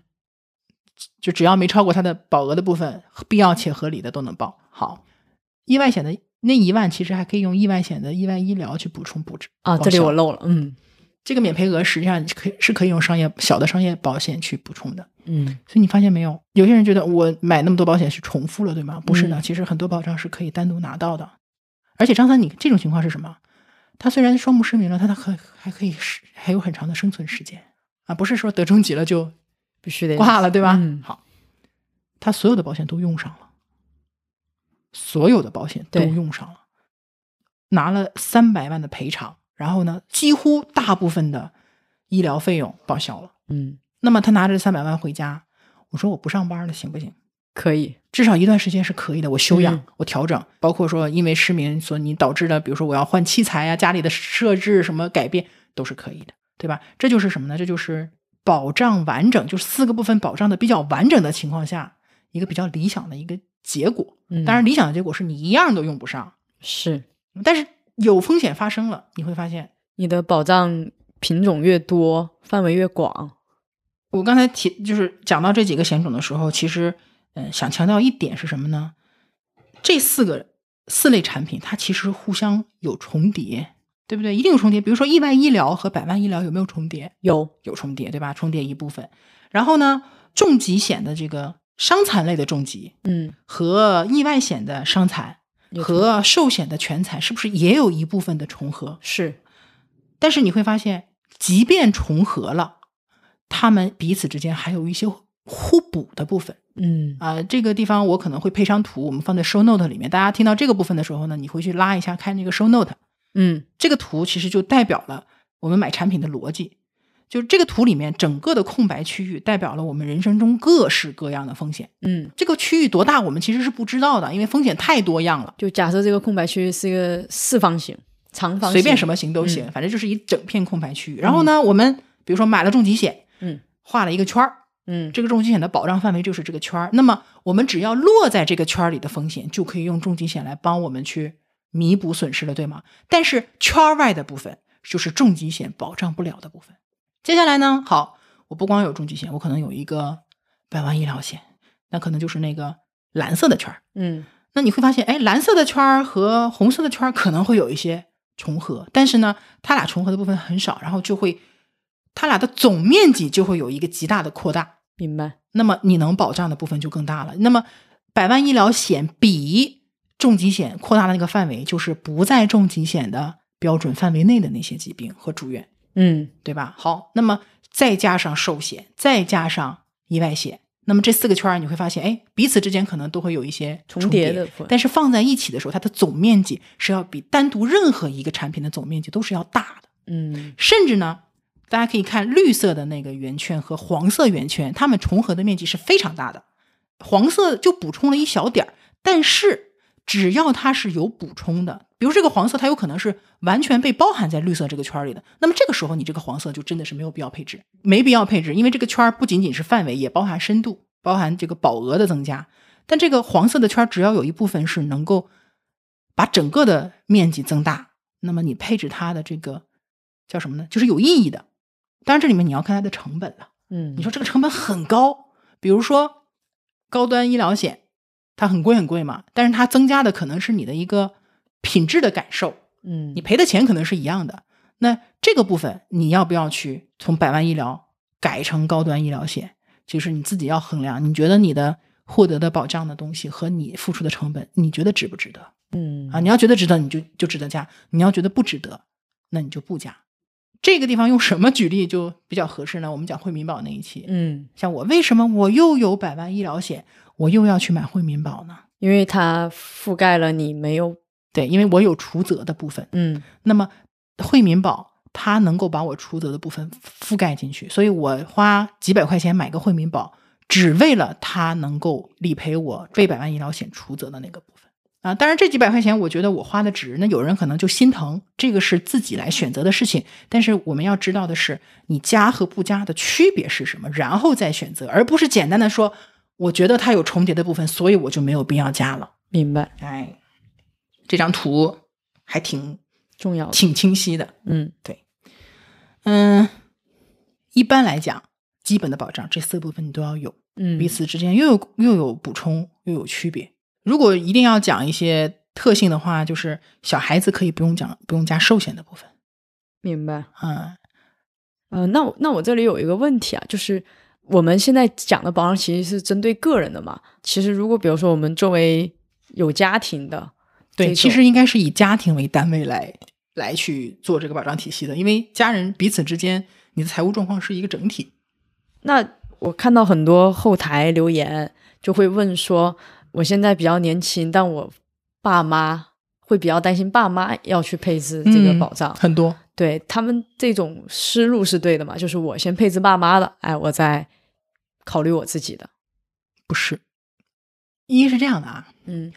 就只要没超过它的保额的部分，必要且合理的都能报。好，意外险的那一万其实还可以用意外险的意外医疗去补充补偿啊，报这里销我漏了。嗯这个免赔额实际上可以是可以用商业小的商业保险去补充的。嗯所以你发现没有，有些人觉得我买那么多保险是重复了，对吗？不是的，嗯其实很多保障是可以单独拿到的。而且张三，你这种情况是什么？他虽然双目失明了，但他还还可以是还有很长的生存时间啊，不是说得重疾了就必须得挂了，对吧？嗯好，他所有的保险都用上了，所有的保险都对用上了，拿了三百万的赔偿，然后呢，几乎大部分的医疗费用报销了。嗯，那么他拿着三百万回家，我说我不上班了，行不行？可以。至少一段时间是可以的，我休养，嗯我调整，包括说因为失明所你导致的，比如说我要换器材呀、家里的设置什么改变都是可以的，对吧？这就是什么呢？这就是保障完整，就是四个部分保障的比较完整的情况下，一个比较理想的一个结果。嗯，当然，理想的结果是你一样都用不上，是但是有风险发生了，你会发现你的保障品种越多，范围越广。我刚才提就是讲到这几个险种的时候，其实嗯、呃想强调一点是什么呢？这四个四类产品，它其实互相有重叠，对不对？一定有重叠。比如说意外医疗和百万医疗有没有重叠？有有重叠，对吧？重叠一部分。然后呢，重疾险的这个伤残类的重疾嗯和意外险的伤残有重和寿险的全残，是不是也有一部分的重合？是但是你会发现，即便重合了，他们彼此之间还有一些互补的部分嗯啊、这个地方我可能会配张图，我们放在 show note 里面。大家听到这个部分的时候呢，你回去拉一下看这个 show note，嗯这个图其实就代表了我们买产品的逻辑。就是这个图里面整个的空白区域，代表了我们人生中各式各样的风险。嗯，这个区域多大，我们其实是不知道的，因为风险太多样了，就假设这个空白区是一个四方形、长方形，随便什么型都行，反正就是一整片空白区域。然后呢，我们比如说买了重疾险，嗯画了一个圈儿，嗯这个重疾险的保障范围就是这个圈儿。那么我们只要落在这个圈儿里的风险，就可以用重疾险来帮我们去弥补损失了，对吗？但是圈儿外的部分就是重疾险保障不了的部分。接下来呢，好，我不光有重疾险，我可能有一个百万医疗险，那可能就是那个蓝色的圈儿。嗯那你会发现，哎，蓝色的圈儿和红色的圈儿可能会有一些重合，但是呢，它俩重合的部分很少，然后就会它俩的总面积就会有一个极大的扩大。明白那么你能保障的部分就更大了。那么百万医疗险比重疾险扩大的那个范围，就是不在重疾险的标准范围内的那些疾病和住院，嗯对吧？好，那么再加上寿险，再加上意外险，那么这四个圈儿你会发现，哎，彼此之间可能都会有一些重叠的部分但是放在一起的时候，它的总面积是要比单独任何一个产品的总面积都是要大的。嗯甚至呢，大家可以看绿色的那个圆圈和黄色圆圈，它们重合的面积是非常大的。黄色就补充了一小点儿，但是只要它是有补充的，比如这个黄色它有可能是完全被包含在绿色这个圈儿里的，那么这个时候你这个黄色就真的是没有必要配置，没必要配置，因为这个圈儿不仅仅是范围，也包含深度，包含这个保额的增加。但这个黄色的圈儿只要有一部分是能够把整个的面积增大，那么你配置它的这个叫什么呢？就是有意义的。当然，这里面你要看它的成本了。嗯，你说这个成本很高，比如说高端医疗险，它很贵很贵嘛，但是它增加的可能是你的一个品质的感受，嗯你赔的钱可能是一样的。那这个部分你要不要去从百万医疗改成高端医疗险？就是你自己要衡量，你觉得你的获得的保障的东西和你付出的成本，你觉得值不值得？嗯啊，你要觉得值得，你就就值得加；你要觉得不值得，那你就不加。这个地方用什么举例就比较合适呢？我们讲惠民保那一期，嗯，像我为什么我又有百万医疗险，我又要去买惠民保呢？因为它覆盖了你没有对，因为我有除责的部分。嗯那么惠民保它能够把我除责的部分覆盖进去，所以我花几百块钱买个惠民保，只为了它能够理赔我被百万医疗险除责的那个部分啊。当然，这几百块钱我觉得我花的值，那有人可能就心疼，这个是自己来选择的事情。但是我们要知道的是，你加和不加的区别是什么，然后再选择，而不是简单的说。我觉得它有重叠的部分，所以我就没有必要加了。明白哎，这张图还挺重要的挺清晰的。嗯嗯，一般来讲，基本的保障这四部分你都要有，嗯彼此之间又有又有补充又有区别。如果一定要讲一些特性的话，就是小孩子可以不用讲不用加寿险的部分。明白。嗯，呃，那我那我这里有一个问题啊，就是我们现在讲的保障其实是针对个人的嘛。其实如果比如说我们作为有家庭的，对，这其种实应该是以家庭为单位来来去做这个保障体系的，因为家人彼此之间，你的财务状况是一个整体。那我看到很多后台留言就会问说，我现在比较年轻，但我爸妈会比较担心爸妈要去配置这个嗯保障，很多，对他们这种思路是对的嘛？就是我先配置爸妈的，哎，我再考虑我自己的。不是。一是这样的啊，嗯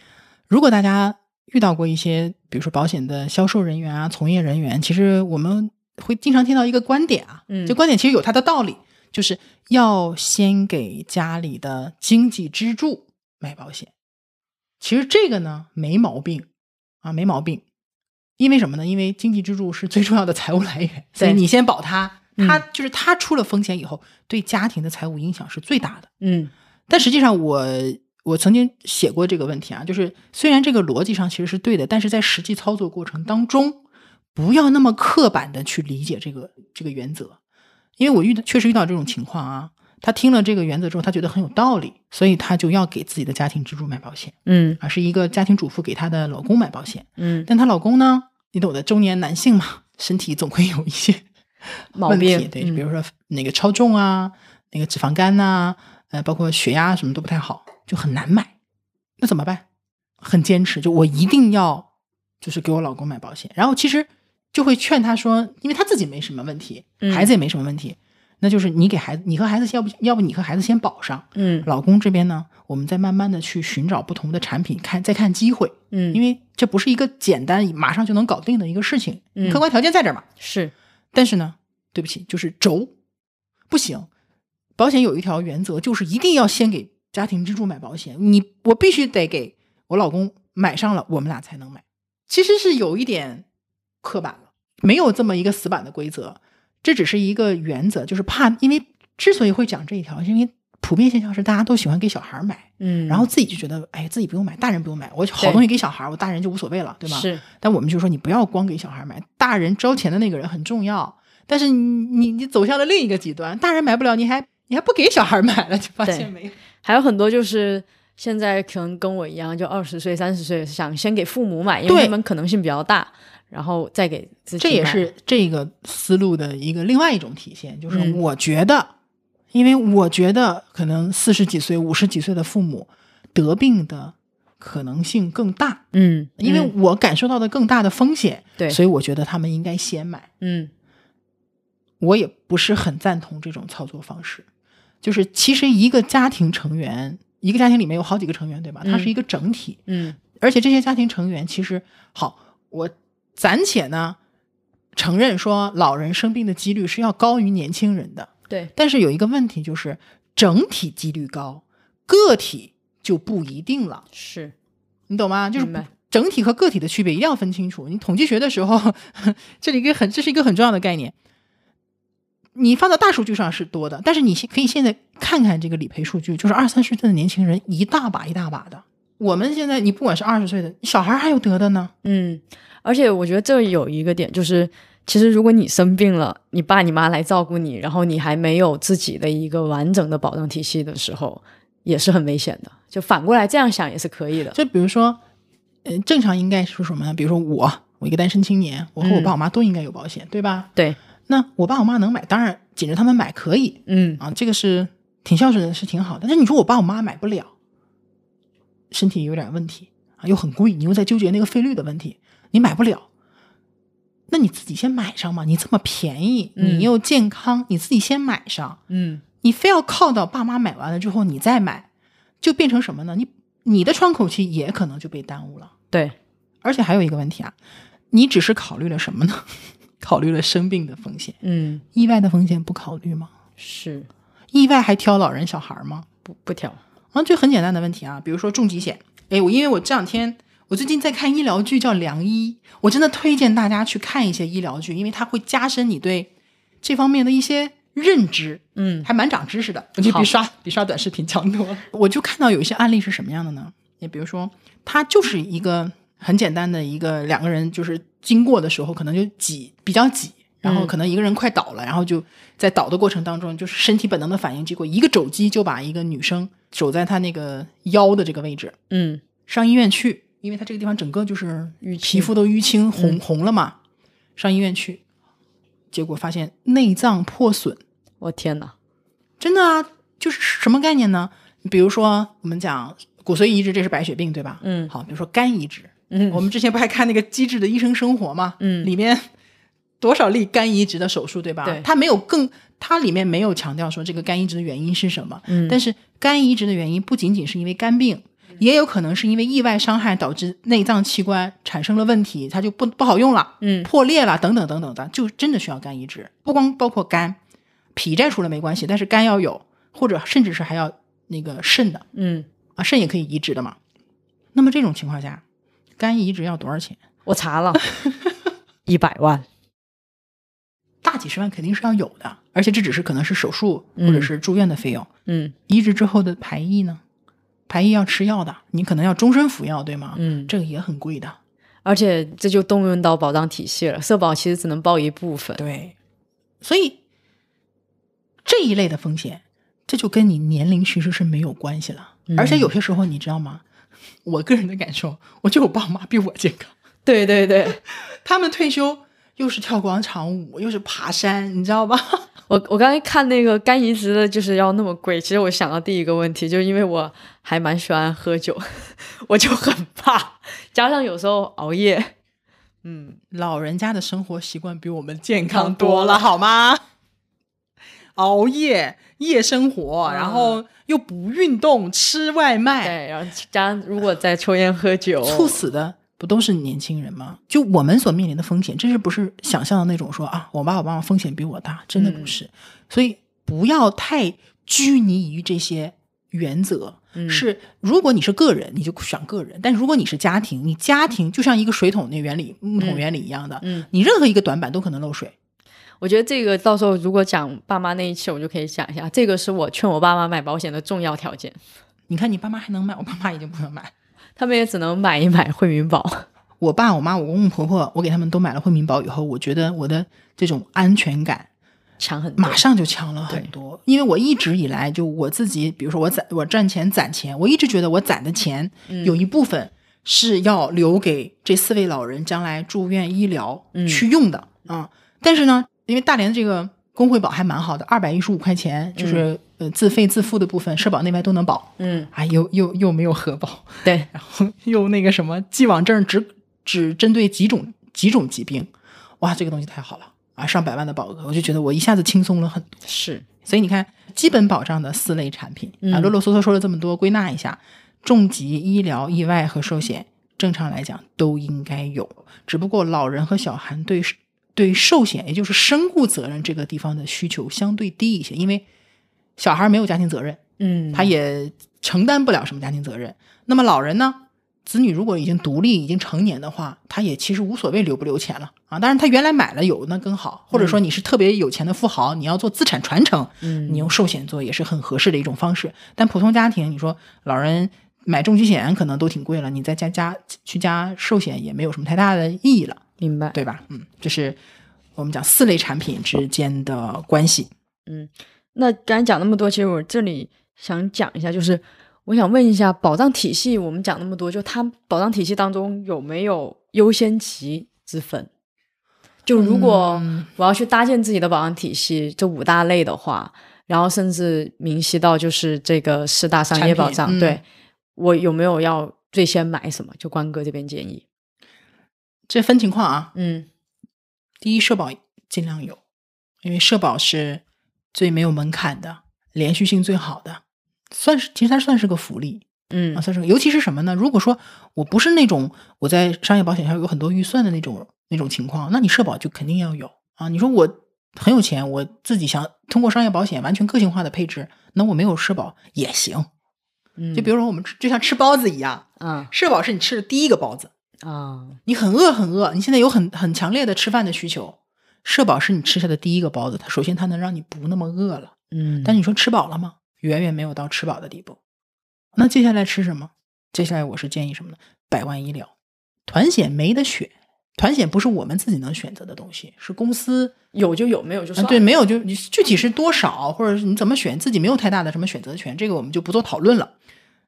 如果大家遇到过一些，比如说保险的销售人员啊、从业人员，其实我们会经常听到一个观点啊，嗯这观点其实有它的道理，就是要先给家里的经济支柱买保险。其实这个呢没毛病啊，没毛病，因为什么呢？因为经济支柱是最重要的财务来源，所以你先保它，嗯它就是它出了风险以后，对家庭的财务影响是最大的。嗯但实际上我，我曾经写过这个问题啊，就是虽然这个逻辑上其实是对的，但是在实际操作过程当中，不要那么刻板的去理解这个这个原则，因为我遇到确实遇到这种情况啊，他听了这个原则之后，他觉得很有道理，所以他就要给自己的家庭支柱买保险，啊嗯而是一个家庭主妇给她的老公买保险，嗯，但她老公呢，你懂的，中年男性嘛，身体总会有一些毛问题病对，嗯比如说那个超重啊，那个脂肪肝呐、呃，包括血压什么都不太好，就很难买。那怎么办？很坚持，就我一定要，就是给我老公买保险。然后其实就会劝他说，因为他自己没什么问题，嗯孩子也没什么问题，那就是你给孩子，你和孩子先要不要不你和孩子先保上，嗯老公这边呢，我们再慢慢的去寻找不同的产品，看再看机会，嗯，因为为这不是一个简单马上就能搞定的一个事情，嗯客观条件在这儿嘛。是但是呢，对不起，就是轴不行。保险有一条原则，就是一定要先给家庭支柱买保险，你我必须得给我老公买上了，我们俩才能买。其实是有一点刻板了，没有这么一个死板的规则，这只是一个原则，就是怕，因为之所以会讲这一条，是因为普遍现象是大家都喜欢给小孩买，嗯，然后自己就觉得，哎，自己不用买，大人不用买，我好对东西给小孩，我大人就无所谓了，对吧？是但我们就说你不要光给小孩买，大人交钱的那个人很重要。但是你你你走向了另一个极端，大人买不了，你还你还不给小孩买了，就发现没有。还有很多就是现在可能跟我一样，就二十岁、三十岁，想先给父母买，因为对他们可能性比较大，然后再给自己这也买是这个思路的一个另外一种体现，就是嗯我觉得，因为我觉得可能四十几岁、五十几岁的父母得病的可能性更大，嗯，因为嗯我感受到的更大的风险，对所以我觉得他们应该先买。嗯我也不是很赞同这种操作方式，就是其实一个家庭成员，一个家庭里面有好几个成员，对吧？它嗯是一个整体，嗯而且这些家庭成员其实好，我暂且呢承认说老人生病的几率是要高于年轻人的，对但是有一个问题就是整体几率高，个体就不一定了，是你懂吗？就是明白整体和个体的区别一定要分清楚。你统计学的时候， 这里一个很这是一个很重要的概念。你放到大数据上是多的，但是你现可以现在看看这个理赔数据，就是二三十岁的年轻人一大把一大把的。我们现在你不管是二十岁的小孩还有得的呢，嗯，而且我觉得这有一个点就是。其实，如果你生病了，你爸你妈来照顾你，然后你还没有自己的一个完整的保障体系的时候，也是很危险的。就反过来这样想也是可以的。就比如说，呃，正常应该是什么呢？比如说我，我一个单身青年，我和我嗯爸我妈都应该有保险，对吧？对，那我爸我妈能买，当然紧着他们买可以嗯，啊，这个是挺孝顺的，是挺好的。但是你说我爸我妈买不了，身体有点问题啊，又很贵，你又在纠结那个费率的问题，你买不了。那你自己先买上嘛，你这么便宜，嗯你又健康，你自己先买上。嗯，你非要靠到爸妈买完了之后你再买，就变成什么呢？你你的窗口期也可能就被耽误了。对，而且还有一个问题啊，你只是考虑了什么呢？ 考虑了生病的风险，嗯，意外的风险不考虑吗？是意外还挑老人小孩吗？不不挑，啊，就很简单的问题啊，比如说重疾险。哎，我因为我这两天我最近在看医疗剧叫《良医》，我真的推荐大家去看一些医疗剧，因为它会加深你对这方面的一些认知。嗯还蛮长知识的，我觉得好比刷比刷短视频强多了。我就看到有一些案例是什么样的呢？你比如说，他就是一个很简单的一个两个人，就是经过的时候可能就挤，比较挤，然后嗯可能一个人快倒了，然后就在倒的过程当中，就是身体本能的反应，结果一个肘击就把一个女生肘在她那个腰的这个位置，嗯上医院去，因为他这个地方整个就是淤皮青肤都淤青嗯红、红了嘛，上医院去，结果发现内脏破损。我天哪，真的啊，就是什么概念呢？比如说我们讲骨髓移植，这是白血病对吧？嗯好，比如说肝移植，嗯我们之前不还看那个《机智的医生生活》吗？嗯里面多少例肝移植的手术对吧？对它没有更，它里面没有强调说这个肝移植的原因是什么，嗯但是肝移植的原因不仅仅是因为肝病。也有可能是因为意外伤害导致内脏器官产生了问题，它就不不好用了，嗯破裂了等等等等的，就真的需要肝移植。不光包括肝，脾摘除了没关系，但是肝要有，或者甚至是还要那个肾的嗯，啊，肾也可以移植的嘛。那么这种情况下，肝移植要多少钱？我查了， 一百万，大几十万肯定是要有的，而且这只是可能是手术嗯或者是住院的费用。嗯移植之后的排异呢？排异要吃药的，你可能要终身服药，对吗？嗯，这个也很贵的。而且这就动用到保障体系了，社保其实只能报一部分，对，所以这一类的风险，这就跟你年龄其实是没有关系了。嗯而且有些时候，你知道吗？ 我个人的感受，我觉得我爸妈比我健康。对对对，他们退休又是跳广场舞，又是爬山，你知道吧？我我刚才看那个肝移植的，就是要那么贵，其实我想到第一个问题，就是因为我还蛮喜欢喝酒， 我就很怕，加上有时候熬夜，嗯，老人家的生活习惯比我们健康康多多了了，好吗？熬夜、夜生活，然后又不运动，吃外卖，对，然后加上如果再抽烟喝酒，猝死的不都是年轻人吗？就我们所面临的风险，真是不是想象的那种说啊，我爸我妈妈风险比我大，真的不嗯是。所以不要太拘泥于这些原则。嗯是，如果你是个人，你就选个人；但如果你是家庭，你家庭就像一个水桶那原理、木桶原理一样的，嗯，你任何一个短板都可能漏水。我觉得这个到时候如果讲爸妈那一期，我就可以讲一下，这个是我劝我爸妈买保险的重要条件，你看，你爸妈还能买，我爸妈已经不能买。他们也只能买一买惠民保， 我爸、我妈、我公公婆婆，我给他们都买了惠民保以后，我觉得我的这种安全感强很多。马上就强了很多。因为我一直以来就我自己，比如说我攒我赚钱攒钱，我一直觉得我攒的钱嗯有一部分是要留给这四位老人将来住院医疗嗯去用的啊、但是呢，因为大连这个公会保还蛮好的，二百一十五块钱就是、呃自费自付的部分，社保内外都能保。嗯，啊，又又又没有核保， 对，然后又那个什么既往症只只针对几种几种疾病，哇，这个东西太好了啊！上百万的保额，我就觉得我一下子轻松了很多。是，所以你看，基本保障的四类产品啊，嗯啰啰嗦嗦说了这么多，归纳一下，重疾、医疗、意外和寿险，正常来讲都应该有，只不过老人和小孩对寿对寿险，也就是身故责任这个地方的需求相对低一些，因为小孩没有家庭责任，嗯，他也承担不了什么家庭责任。那么老人呢，子女如果已经独立、已经成年的话，他也其实无所谓留不留钱了啊。当然，他原来买了有那更好，或者说你是特别有钱的富豪，你要做资产传承，嗯你用寿险做也是很合适的一种方式。但普通家庭，你说老人。买重疾险可能都挺贵了，你再加加去加寿险也没有什么太大的意义了，明白。对吧？嗯，这是我们讲四类产品之间的关系。那刚才讲那么多，其实我这里想讲一下，就是我想问一下，保障体系我们讲那么多，就它保障体系当中有没有优先级之分？就如果嗯我要去搭建自己的保障体系，这五大类的话，然后甚至明晰到就是这个四大商业保产障，品嗯对我有没有要最先买什么？就关哥这边建议，这分情况啊，嗯第一，社保尽量有，因为社保是最没有门槛的，连续性最好的，算是其实它算是个福利嗯啊，算是个尤其是什么呢？如果说我不是那种我在商业保险上有很多预算的那种那种情况，那你社保就肯定要有啊。你说我很有钱，我自己想通过商业保险完全个性化的配置，那我没有社保也行。嗯，就比如说我们吃就像吃包子一样，啊社保是你吃的第一个包子，啊，你很饿很饿，你现在有很很强烈的吃饭的需求，社保是你吃下的第一个包子，它首先它能让你不那么饿了，嗯，但你说吃饱了吗？远远没有到吃饱的地步。那接下来吃什么？接下来我是建议什么呢？百万医疗，团险没得选，团险不是我们自己能选择的东西，是公司有就有，没有就嗯算了、对，没有就你具体是多少，或者是你怎么选，自己没有太大的什么选择权，这个我们就不做讨论了。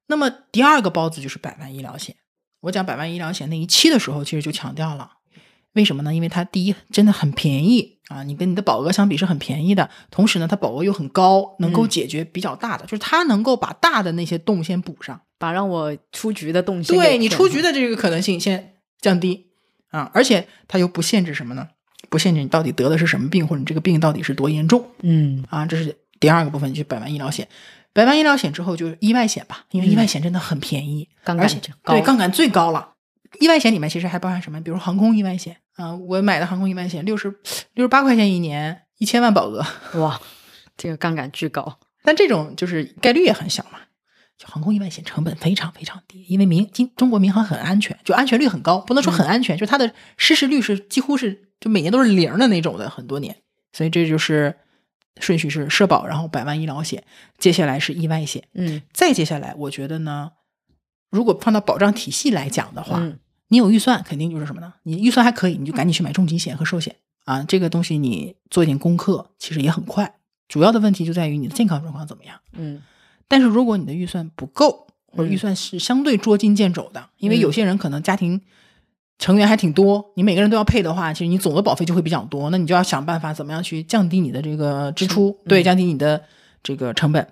那么第二个包子就是百万医疗险。我讲百万医疗险那一期的时候，其实就强调了，为什么呢？因为它第一真的很便宜啊，你跟你的保额相比是很便宜的，同时呢，它保额又很高，能够嗯解决比较大的，就是它能够把大的那些洞先补上。把让我出局的动线给对你填出上局的这个可能性先降低啊，而且它又不限制什么呢？不限制你到底得的是什么病，或者你这个病到底是多严重。嗯啊，这是第二个部分，就是百万医疗险。百万医疗险之后就是意外险吧，因为意外嗯险真的很便宜，杠而杆且就高对了杠杆最高了。意外险里面其实还包含什么？比如航空意外险啊、我买的航空意外险六十六十八块钱一年，一千万保额，哇，这个杠杆巨高，但这种就是概率也很小嘛。就航空意外险成本非常非常低，因为民今中国民航很安全，就安全率很高，不能说很安全，就它的失事率是几乎是就每年都是零的那种的，很多年。所以这就是顺序是社保，然后百万医疗险，接下来是意外险，嗯再接下来我觉得呢，如果放到保障体系来讲的话，嗯你有预算，肯定就是什么呢？你预算还可以，你就赶紧去买重疾险和寿险啊。这个东西你做一点功课，其实也很快。主要的问题就在于你的健康状况怎么样。嗯但是如果你的预算不够，或者嗯预算是相对捉襟见肘的，因为嗯有些人可能家庭成员还挺多，你每个人都要配的话，其实你总的保费就会比较多，那你就要想办法怎么样去降低你的这个支出，嗯对，降低你的这个成本。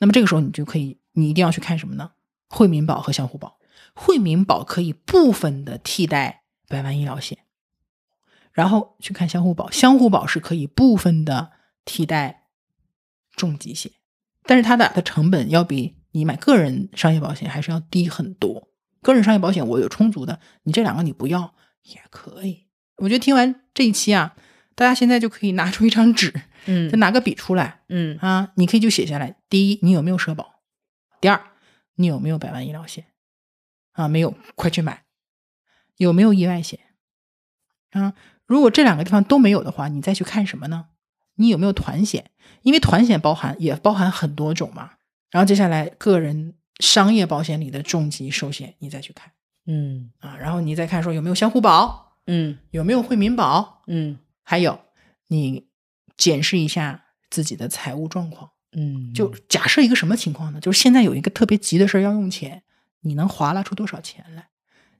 那么这个时候你就可以，你一定要去看什么呢？惠民保和相互保。惠民保可以部分的替代百万医疗险，然后去看相互保，相互保是可以部分的替代重疾险，但是它的的成本要比你买个人商业保险还是要低很多。个人商业保险我有充足的，你这两个你不要也可以。我觉得听完这一期啊，大家现在就可以拿出一张纸，嗯再拿个笔出来，嗯啊，你可以就写下来：第一，你有没有社保；第二，你有没有百万医疗险？啊，没有，快去买。有没有意外险？啊，如果这两个地方都没有的话，你再去看什么呢？你有没有团险？因为团险包含也包含很多种嘛。然后接下来个人商业保险里的重疾寿险，你再去看嗯啊，然后你再看说有没有相互保，嗯有没有惠民保，嗯还有你检视一下自己的财务状况。嗯，就假设一个什么情况呢？就是现在有一个特别急的事儿要用钱，你能划拉出多少钱来？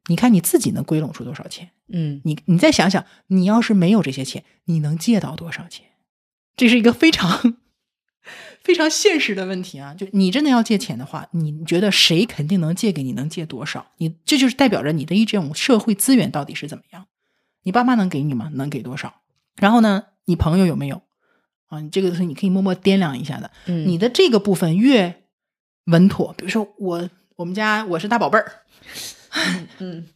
你看你自己能归拢出多少钱？嗯你你再想想，你要是没有这些钱，你能借到多少钱？这是一个非常非常现实的问题啊！就你真的要借钱的话，你觉得谁肯定能借给你？能借多少？你这就是代表着你的一种社会资源到底是怎么样？你爸妈能给你吗？能给多少？然后呢，你朋友有没有？啊，你这个是你可以默默掂量一下的。嗯，你的这个部分越稳妥，比如说我我们家我是大宝贝儿，嗯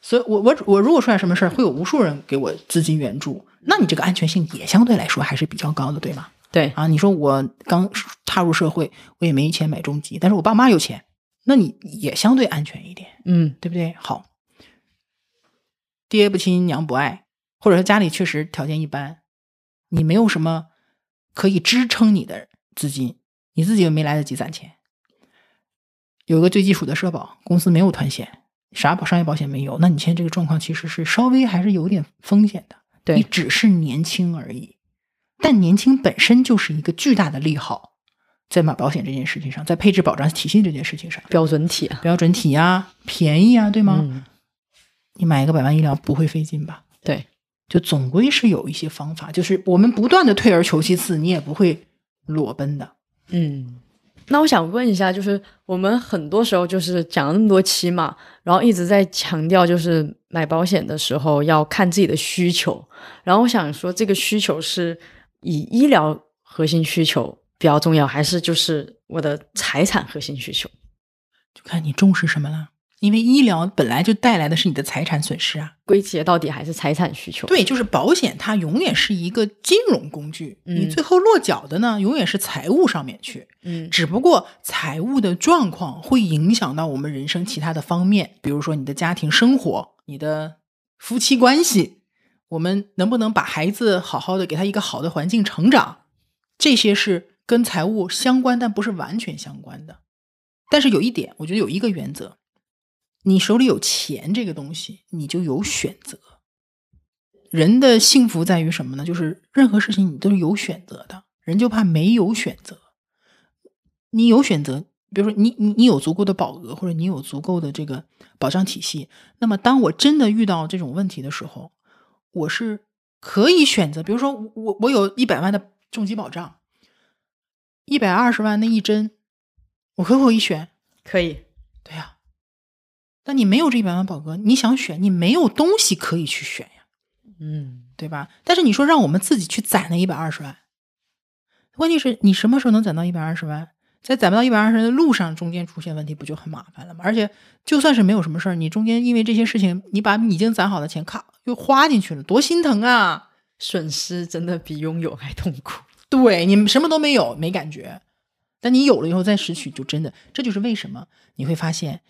所以我我我如果出点什么事儿，会有无数人给我资金援助，那你这个安全性也相对来说还是比较高的，对吗？对，啊，你说我刚踏入社会，我也没钱买重疾，但是我爸妈有钱，那你也相对安全一点，嗯对不对？好，爹不亲娘不爱，或者说家里确实条件一般，你没有什么可以支撑你的资金，你自己又没来得及攒钱，有个最基础的社保，公司没有团险，啥保商业保险没有，那你现在这个状况其实是稍微还是有点风险的。你对，只是年轻而已。但年轻本身就是一个巨大的利好，在买保险这件事情上，在配置保障体系这件事情上，标准体啊，标准体啊，便宜啊，对吗？嗯，你买一个百万医疗不会费劲吧？对，就总归是有一些方法，就是我们不断的退而求其次，你也不会裸奔的。嗯，那我想问一下，就是我们很多时候就是讲了那么多期嘛，然后一直在强调，就是买保险的时候要看自己的需求。然后我想说，这个需求是以医疗核心需求比较重要，还是就是我的财产核心需求？就看你重视什么了，因为医疗本来就带来的是你的财产损失啊。归结到底还是财产需求。，对，就是保险，它永远是一个金融工具，你嗯最后落脚的呢，永远是财务上面去。嗯只不过财务的状况会影响到我们人生其他的方面，比如说你的家庭生活、你的夫妻关系，我们能不能把孩子好好的给他一个好的环境成长，这些是跟财务相关，但不是完全相关的。但是有一点，我觉得有一个原则，你手里有钱这个东西，你就有选择。人的幸福在于什么呢？就是任何事情你都是有选择的，人就怕没有选择。你有选择，比如说你你你有足够的保额，或者你有足够的这个保障体系，那么当我真的遇到这种问题的时候，我是可以选择，比如说我我我有一百万的重疾保障，一百二十万那一针，我可不可以选？可以。对呀、但你没有这一百万保额，你想选，你没有东西可以去选呀。嗯对吧？但是你说让我们自己去攒那一百二十万，问题是你什么时候能攒到一百二十万？在攒不到一百二十万的路上，中间出现问题不就很麻烦了吗？而且就算是没有什么事儿，你中间因为这些事情，你把已经攒好的钱咔又花进去了，多心疼啊！损失真的比拥有还痛苦。对你什么都没有，没感觉，但你有了以后再拾取，就真的，这就是为什么你会发现，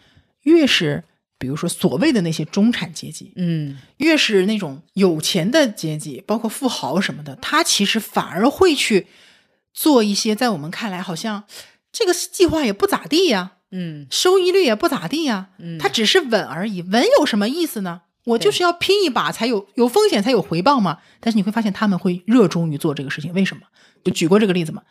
越是比如说所谓的那些中产阶级，嗯，越是那种有钱的阶级，包括富豪什么的，他其实反而会去做一些在我们看来好像这个计划也不咋地呀，嗯收益率也不咋地呀，嗯，他只是稳而已，稳有什么意思呢？我就是要拼一把，才有有风险才有回报嘛。但是你会发现他们会热衷于做这个事情，为什么？就举过这个例子嘛。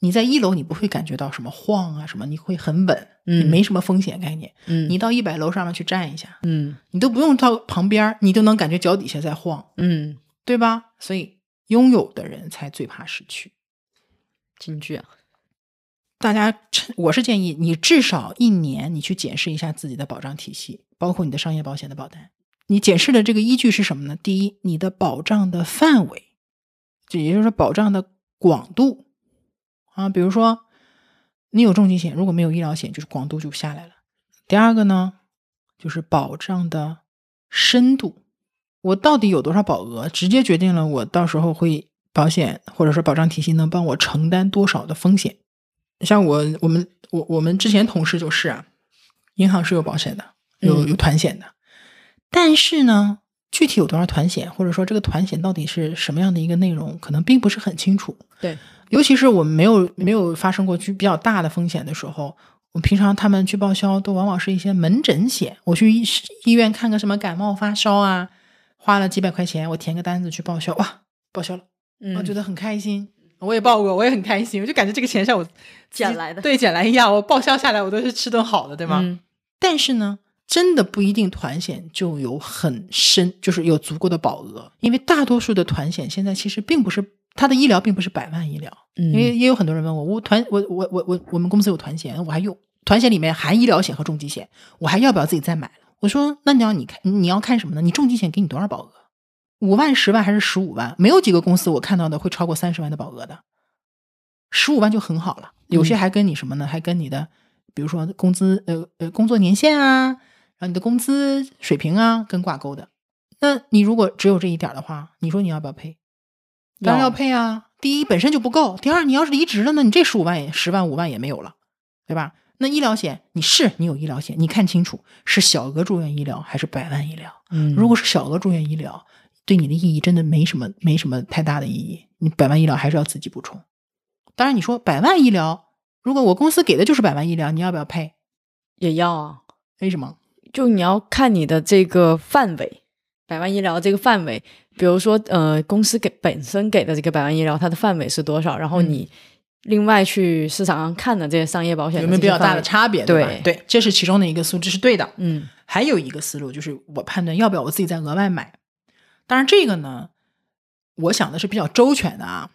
你在一楼，你不会感觉到什么晃啊什么，你会很稳，嗯你没什么风险概念。嗯你到一百楼上面去站一下，嗯你都不用到旁边儿，你都能感觉脚底下在晃，嗯，对吧？所以拥有的人才最怕失去。京剧啊，大家趁，我是建议你至少一年，你去检视一下自己的保障体系，包括你的商业保险的保单。你检视的这个依据是什么呢？第一，你的保障的范围，就也就是说保障的广度啊，比如说你有重疾险，如果没有医疗险，就是广度就下来了。第二个呢，就是保障的深度，我到底有多少保额，直接决定了我到时候会保险或者说保障体系能帮我承担多少的风险。像我我们我我们之前同事就是啊，银行是有保险的，有嗯有团险的，但是呢，具体有多少团险，或者说这个团险到底是什么样的一个内容，可能并不是很清楚。对，尤其是我们没有没有发生过去比较大的风险的时候，我平常他们去报销都往往是一些门诊险，我去医医院看个什么感冒发烧啊，花了几百块钱，我填个单子去报销，哇，报销了，嗯我觉得很开心。我也报过，我也很开心，我就感觉这个钱是我自己捡来的对，捡来一样，我报销下来，我都是吃顿好的，对吗？嗯但是呢，真的不一定团险就有很深，就是有足够的保额，因为大多数的团险现在其实并不是它的医疗并不是百万医疗，嗯，因为也有很多人问我，我团我我我我我们公司有团险，我还用团险里面含医疗险和重疾险，我还要不要自己再买了？我说那你要你看你要看什么呢？你重疾险给你多少保额？五万、十万还是十五万？没有几个公司我看到的会超过三十万的保额的，十五万就很好了。有些还跟你什么呢？还跟你的比如说工资呃呃工作年限啊，然后你的工资水平啊跟挂钩的。那你如果只有这一点儿的话，你说你要不要赔？当然要配啊。第一，本身就不够；第二，你要是离职了呢，你这十五万也十万五万也没有了，对吧？那医疗险，你是你有医疗险，你看清楚是小额住院医疗还是百万医疗。嗯，如果是小额住院医疗，对你的意义真的没什么没什么太大的意义。你百万医疗还是要自己补充。当然，你说百万医疗，如果我公司给的就是百万医疗，你要不要配？也要啊，为什么？就你要看你的这个范围，百万医疗这个范围，比如说呃，公司给本身给的这个百万医疗，它的范围是多少，然后嗯你另外去市场上看的这些商业保险有没有比较大的差？差别？吧对对，这是其中的一个素质是对的。嗯还有一个思路就是，我判断要不要我自己再额外买。当然，这个呢，我想的是比较周全的啊。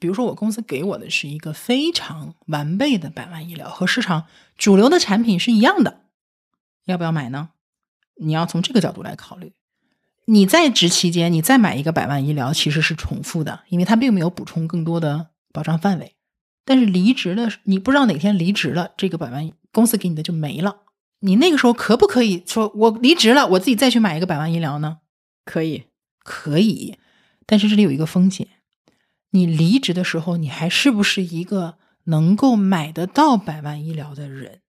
比如说，我公司给我的是一个非常完备的百万医疗，和市场主流的产品是一样的，要不要买呢？你要从这个角度来考虑。你在职期间，你再买一个百万医疗其实是重复的，因为它并没有补充更多的保障范围。但是离职了，你不知道哪天离职了，这个百万公司给你的就没了。你那个时候可不可以说，我离职了，我自己再去买一个百万医疗呢？可以，可以，但是这里有一个风险，你离职的时候，你还是不是一个能够买得到百万医疗的人？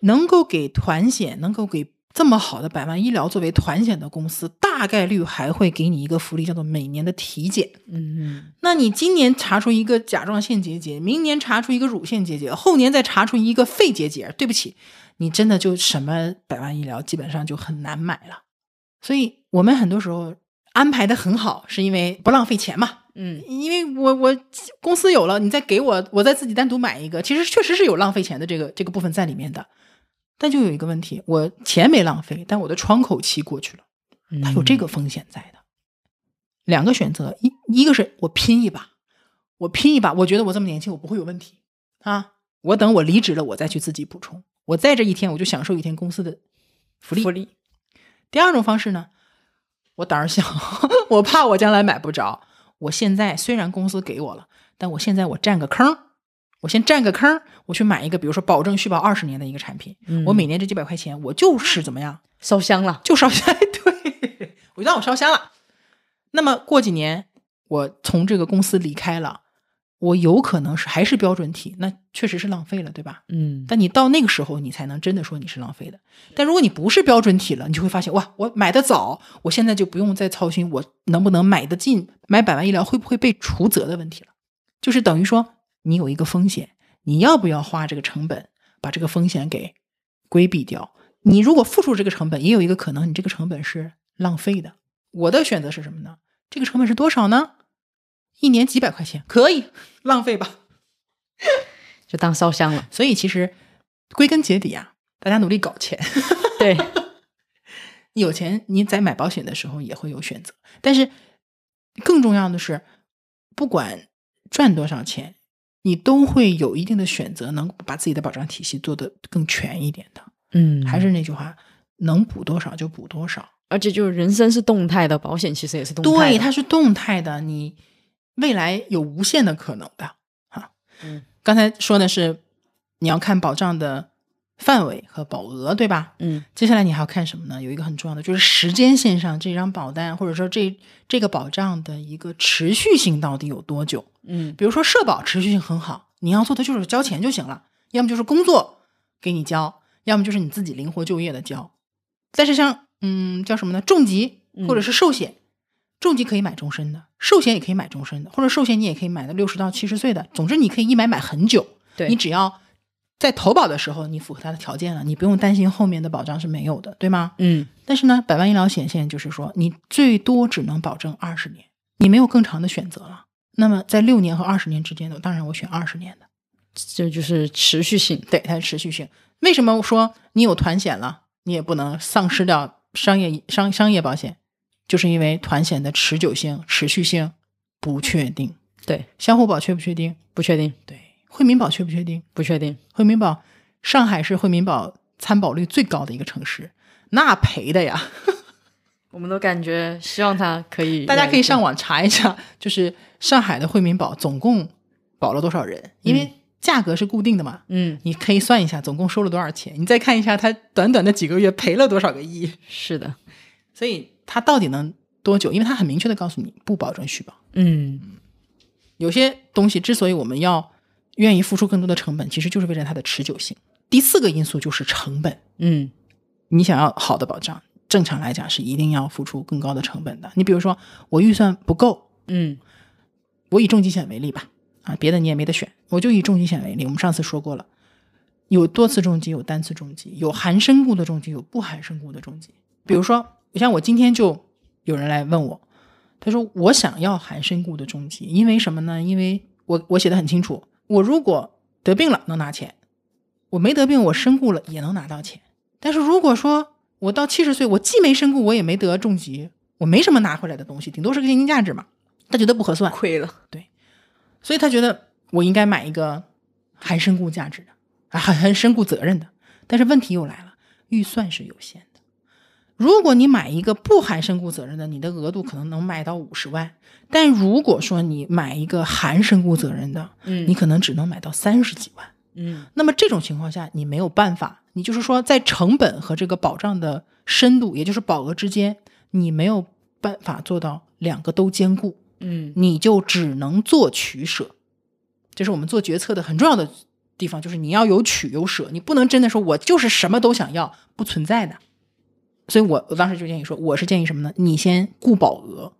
能够给团险，能够给这么好的百万医疗作为团险的公司，大概率还会给你一个福利，叫做每年的体检。嗯那你今年查出一个甲状腺结节，明年查出一个乳腺结节，后年再查出一个肺结节，对不起，你真的就什么百万医疗基本上就很难买了。所以我们很多时候安排的很好，是因为不浪费钱嘛。嗯因为我我公司有了，你再给我，我再自己单独买一个，其实确实是有浪费钱的这个这个部分在里面的。但就有一个问题，我钱没浪费，但我的窗口期过去了。嗯，它有这个风险在的。两个选择，一一个是我拼一把，我拼一把，我觉得我这么年轻，我不会有问题啊。我等我离职了，我再去自己补充。我在这一天，我就享受一天公司的福利。福利，第二种方式呢，我胆儿小， 我怕我将来买不着。我现在虽然公司给我了，但我现在我占个坑儿，我先占个坑儿，我去买一个，比如说保证续保二十年的一个产品，嗯我每年这几百块钱，我就是怎么样，烧香了，就烧香，哎对，我就当我烧香了。那么过几年，我从这个公司离开了，我有可能是还是标准体，那确实是浪费了，对吧？嗯但你到那个时候，你才能真的说你是浪费的。但如果你不是标准体了，你就会发现，哇，我买的早，我现在就不用再操心我能不能买得进，买百万医疗会不会被除责的问题了。就是等于说，你有一个风险，你要不要花这个成本把这个风险给规避掉？你如果付出这个成本，也有一个可能，你这个成本是浪费的。我的选择是什么呢？这个成本是多少呢？一年几百块钱，可以浪费吧。就当烧 香了，所以其实归根结底啊，大家努力搞钱， 对，有钱你在买保险的时候也会有选择，但是更重要的是，不管赚多少钱，你都会有一定的选择，能把自己的保障体系做得更全一点的。嗯，还是那句话，能补多少就补多少。而且就是人生是动态的，保险其实也是动态的，对，它是动态的，你未来有无限的可能的哈。嗯，刚才说的是你要看保障的范围和保额，对吧？嗯接下来你还要看什么呢？有一个很重要的就是时间线上这张保单或者说这这个保障的一个持续性到底有多久？嗯比如说社保持续性很好，你要做的就是交钱就行了，要么就是工作给你交，要么就是你自己灵活就业的交。但是像嗯叫什么呢？重疾嗯或者是寿险，重疾可以买终身的，寿险也可以买终身的，或者寿险你也可以买到六十到七十岁的。总之你可以一买买很久，对你只要在投保的时候你符合它的条件了，你不用担心后面的保障是没有的，对吗？嗯但是呢，百万医疗险现在就是说，你最多只能保证二十年，你没有更长的选择了。那么在六年和二十年之间的，当然我选二十年的，这就是持续性。对它的持续性。为什么我说你有团险了，你也不能丧失掉商业商商业保险？就是因为团险的持久性、持续性不确定。对，相互保确不确定？不确定，对，惠民保确不确定？不确定。惠民保，上海是惠民保参保率最高的一个城市，那赔的呀。我们都感觉希望它可以，大家可以上网查一查，就是上海的惠民保总共保了多少人，因为价格是固定的嘛，嗯，你可以算一下总共收了多少钱，你再看一下它短短的几个月赔了多少个亿，是的，所以它到底能多久？因为它很明确的告诉你不保证续保。嗯，有些东西之所以我们要愿意付出更多的成本，其实就是为了它的持久性。第四个因素就是成本，嗯，你想要好的保障，正常来讲是一定要付出更高的成本的。你比如说，我预算不够，嗯，我以重疾险为例吧，啊，别的你也没得选，我就以重疾险为例。我们上次说过了，有多次重疾，有单次重疾，有含身故的重疾，有不含身故的重疾。比如说，像我今天就有人来问我，他说我想要含身故的重疾，因为什么呢？因为我我写的很清楚，我如果得病了能拿钱，我没得病我身故了也能拿到钱。但是如果说我到七十岁，我既没身故，我也没得重疾，我没什么拿回来的东西，顶多是个现金价值嘛，他觉得不合算。亏了，所以他觉得我应该买一个含身故价值的，啊，含含身故责任的。但是问题又来了，预算是有限的。如果你买一个不含身故责任的，你的额度可能能买到五十万；但如果说你买一个含身故责任的，嗯你可能只能买到三十几万。嗯那么这种情况下，你没有办法，你就是说在成本和这个保障的深度，也就是保额之间，你没有办法做到两个都兼顾。嗯你就只能做取舍。这是我们做决策的很重要的地方，就是你要有取有舍，你不能真的说我就是什么都想要，不存在的。所以我我当时就建议说，我是建议什么呢？你先顾保额，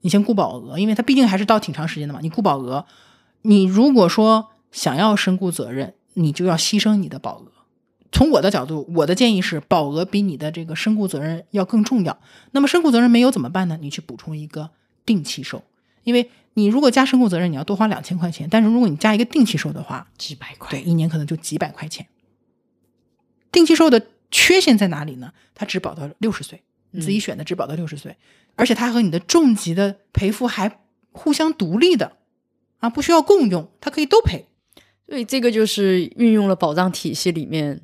你先顾保额，因为它毕竟还是到挺长时间的嘛。你顾保额，你如果说想要身故责任，你就要牺牲你的保额。从我的角度，我的建议是，保额比你的这个身故责任要更重要。那么身故责任没有怎么办呢？你去补充一个定期寿，因为你如果加身故责任，你要多花两千块钱，但是如果你加一个定期寿的话，几百块，对，一年可能就几百块钱。定期寿的缺陷在哪里呢？它只保到六十岁，你自己选的只保到六十岁，而且它和你的重疾的赔付还互相独立的，啊，不需要共用，它可以都赔。所以这个就是运用了保障体系里面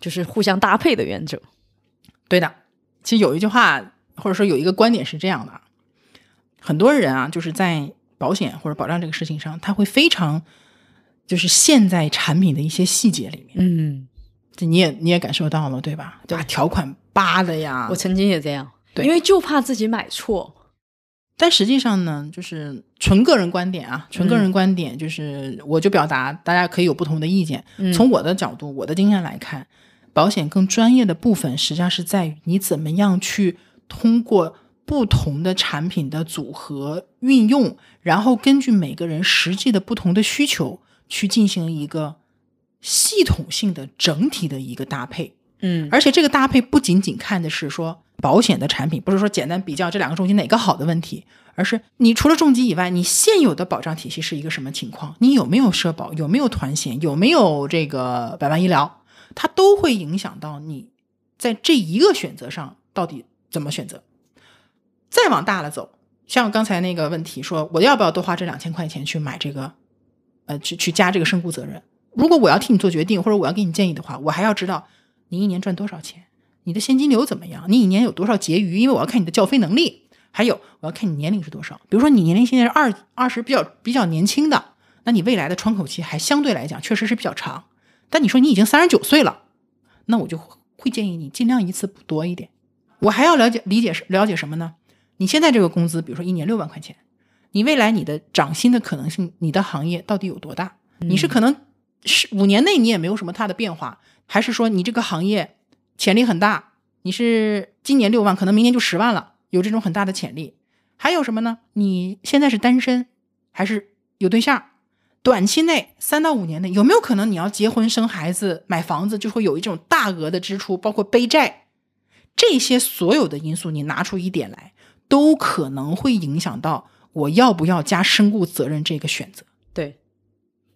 就是互相搭配的原则。对的，其实有一句话，或者说有一个观点是这样的啊，很多人啊，就是在保险或者保障这个事情上，他会非常就是陷在产品的一些细节里面，嗯，这你也你也感受到了对吧？把条款扒的呀我，曾经也这样，对因为就怕自己买错。但实际上呢，就是纯个人观点啊，纯嗯个人观点就是我就表达，大家可以有不同的意见。嗯从我的角度，我的经验来看，保险更专业的部分实际上是在于你怎么样去通过不同的产品的组合运用，然后根据每个人实际的不同的需求去进行一个系统性的整体的一个搭配。嗯而且这个搭配不仅仅看的是说保险的产品，不是说简单比较这两个重疾哪个好的问题，而是你除了重疾以外，你现有的保障体系是一个什么情况？你有没有社保？有没有团险？有没有这个百万医疗？它都会影响到你在这一个选择上到底怎么选择。再往大了走，像刚才那个问题说，我要不要多花这两千块钱去买这个，呃，去去加这个身故责任？如果我要替你做决定，或者我要给你建议的话，我还要知道你一年赚多少钱，你的现金流怎么样，你一年有多少结余，因为我要看你的缴费能力，还有我要看你年龄是多少。比如说你年龄现在是二二十，比较比较年轻的，那你未来的窗口期还相对来讲确实是比较长。但你说你已经三十九岁了，那我就会建议你尽量一次补多一点。我还要了解理解是了解什么呢？你现在这个工资，比如说一年六万块钱，你未来你的涨薪的可能性，你的行业到底有多大？你是可能是五年内你也没有什么大的变化，还是说你这个行业潜力很大？你是今年六万，可能明年就十万了，有这种很大的潜力。还有什么呢？你现在是单身还是有对象？短期内三到五年内有没有可能你要结婚、生孩子、买房子，就会有一种大额的支出，包括背债，这些所有的因素，你拿出一点来，都可能会影响到我要不要加身故责任这个选择。对，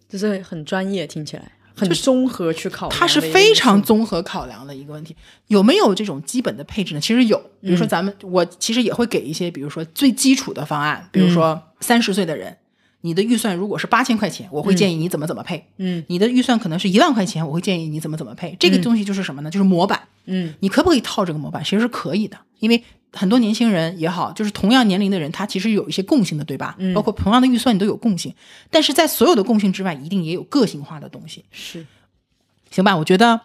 就是很专业，听起来很综合去考量它的一是个因素，非常综合考量的一个问题。有没有这种基本的配置呢？其实有，比嗯如说咱们、我其实也会给一些，比如说最基础的方案，嗯比如说三十岁的人，你的预算如果是八千块钱，我会建议你怎么怎么配。嗯你的预算可能是一万块钱，我会建议你怎么怎么配。这个东西就是什么呢？就是模板。嗯你可不可以套这个模板？其实是可以的，因为很多年轻人也好，就是同样年龄的人，他其实有一些共性的，对吧？嗯包括同样的预算，你都有共性。但是在所有的共性之外，一定也有个性化的东西。是行吧，我觉得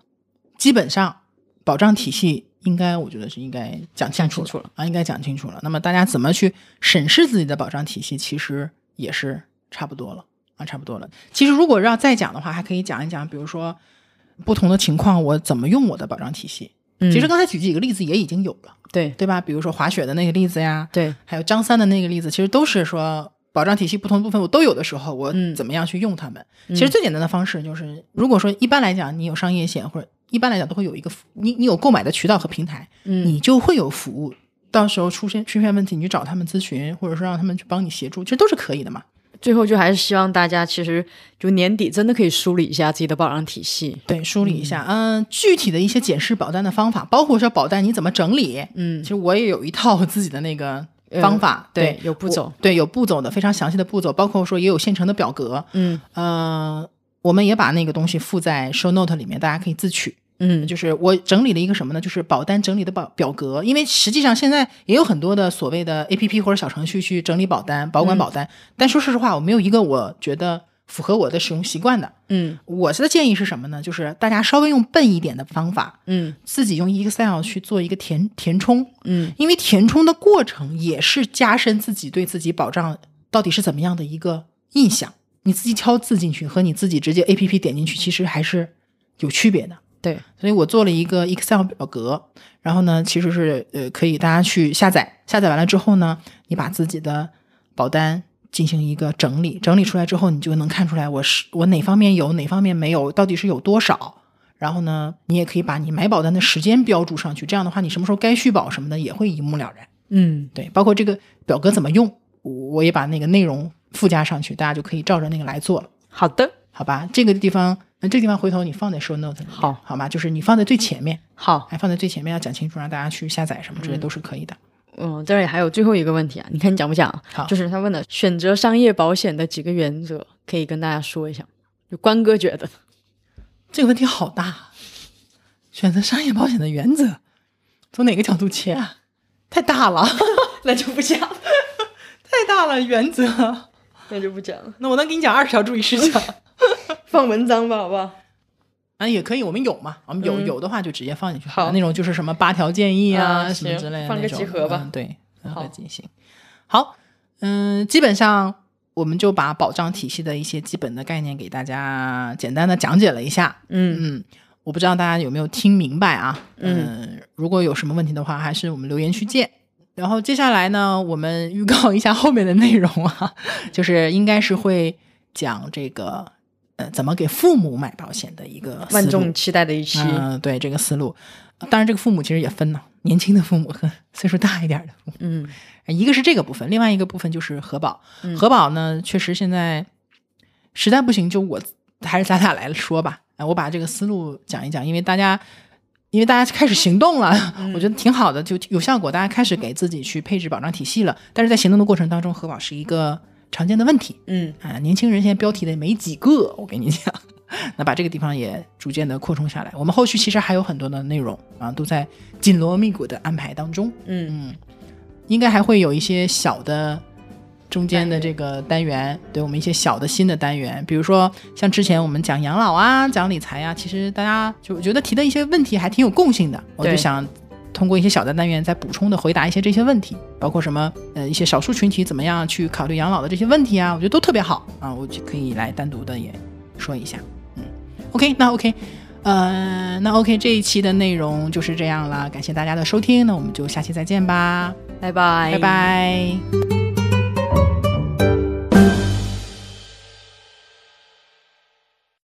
基本上保障体系应该，我觉得是应该讲清楚讲清楚了啊，应该讲清楚了。那么大家怎么去审视自己的保障体系，其实也是差不多了啊，差不多了。其实如果要再讲的话，还可以讲一讲，比如说不同的情况，我怎么用我的保障体系。嗯其实刚才举几个例子也已经有了，对对吧？比如说滑雪的那个例子呀，对还有张三的那个例子，其实都是说保障体系不同的部分我都有的时候，我嗯怎么样去用它们？其实最简单的方式就是，如果说一般来讲你有商业险，或者一般来讲都会有一个服你你有购买的渠道和平台，嗯你就会有服务。到时候出现出现问题，你去找他们咨询，或者说让他们去帮你协助，其实都是可以的嘛。最后就还是希望大家其实就年底真的可以梳理一下自己的保障体系。对，梳理一下，嗯、具体的一些检视保单的方法，包括说保单你怎么整理，嗯其，实我也有一套我自己的那个方法，呃对对，有步骤我，对，有步骤的，非常详细的步骤，包括说也有现成的表格，嗯呃，我们也把那个东西附在 show note 里面，大家可以自取。嗯，就是我整理了一个什么呢？就是保单整理的保表格，因为实际上现在也有很多的所谓的 A P P 或者小程序去整理保单、嗯保管保单，但说实话，我没有一个我觉得符合我的使用习惯的。嗯我的建议是什么呢？就是大家稍微用笨一点的方法，嗯自己用 Excel 去做一个填填充，嗯，因为填充的过程也是加深自己对自己保障到底是怎么样的一个印象。你自己挑字进去和你自己直接 A P P 点进去，其实还是有区别的。对，所以我做了一个 Excel 表格，然后呢，其实是呃可以大家去下载，下载完了之后呢，你把自己的保单进行一个整理，整理出来之后，你就能看出来我是我哪方面有，哪方面没有，到底是有多少。然后呢，你也可以把你买保单的时间标注上去，这样的话，你什么时候该续保什么的也会一目了然。嗯对，包括这个表格怎么用，我我也把那个内容附加上去，大家就可以照着那个来做了。好的，好吧，这个地方，呃这个地方回头你放在 show note 里面，好好吗？就是你放在最前面，好，还放在最前面，要讲清楚，让大家去下载什么之类都是可以的。嗯，这里还有最后一个问题啊，你看你讲不讲？好就是他问的选择商业保险的几个原则，可以跟大家说一下。就关哥觉得，这个问题好大，选择商业保险的原则，从哪个角度切啊？太大了， 那就不讲，太大了，原则。 那就不讲了，那我能给你讲二十条注意事 项放文章吧，好不好？啊？也可以，我们有嘛？我们有、有的话就直接放进去。嗯好那种就是什么八条建议啊，啊什么行之类的那种，放个集合吧嗯、对，放好个进行。好，嗯，基本上我们就把保障体系的一些基本的概念给大家简单的讲解了一下。嗯，嗯，我不知道大家有没有听明白啊？嗯，如果有什么问题的话，还是我们留言区见。然后接下来呢，我们预告一下后面的内容啊， 就是应该是会讲这个呃怎么给父母买保险的一个思万路众期待的一期，嗯、对这个思路。当然，这个父母其实也分呢，年轻的父母和岁数大一点的父母。嗯一个是这个部分，另外一个部分就是核保。嗯核保呢，确实现在实在不行，就我还是咱俩来说吧。哎，我把这个思路讲一讲，因为大家。因为大家开始行动了，我觉得挺好的，就有效果。大家开始给自己去配置保障体系了，但是在行动的过程当中，核保是一个常见的问题。嗯，啊，年轻人现在标题的没几个，我跟你讲。 那把这个地方也逐渐的扩充下来，我们后续其实还有很多的内容啊，都在紧锣密鼓的安排当中。嗯应该还会有一些小的中间的这个单元，对我们一些小的新的单元，比如说像之前我们讲养老啊、讲理财啊，其实大家就我觉得提的一些问题还挺有共性的，我就对想通过一些小的单元再补充的回答一些这些问题，包括什么呃一些少数群体怎么样去考虑养老的这些问题啊，我觉得都特别好啊，我就可以来单独的也说一下。嗯，OK，那 OK。呃，那 OK，这一期的内容就是这样了，感谢大家的收听，那我们就下期再见吧。拜拜，拜拜。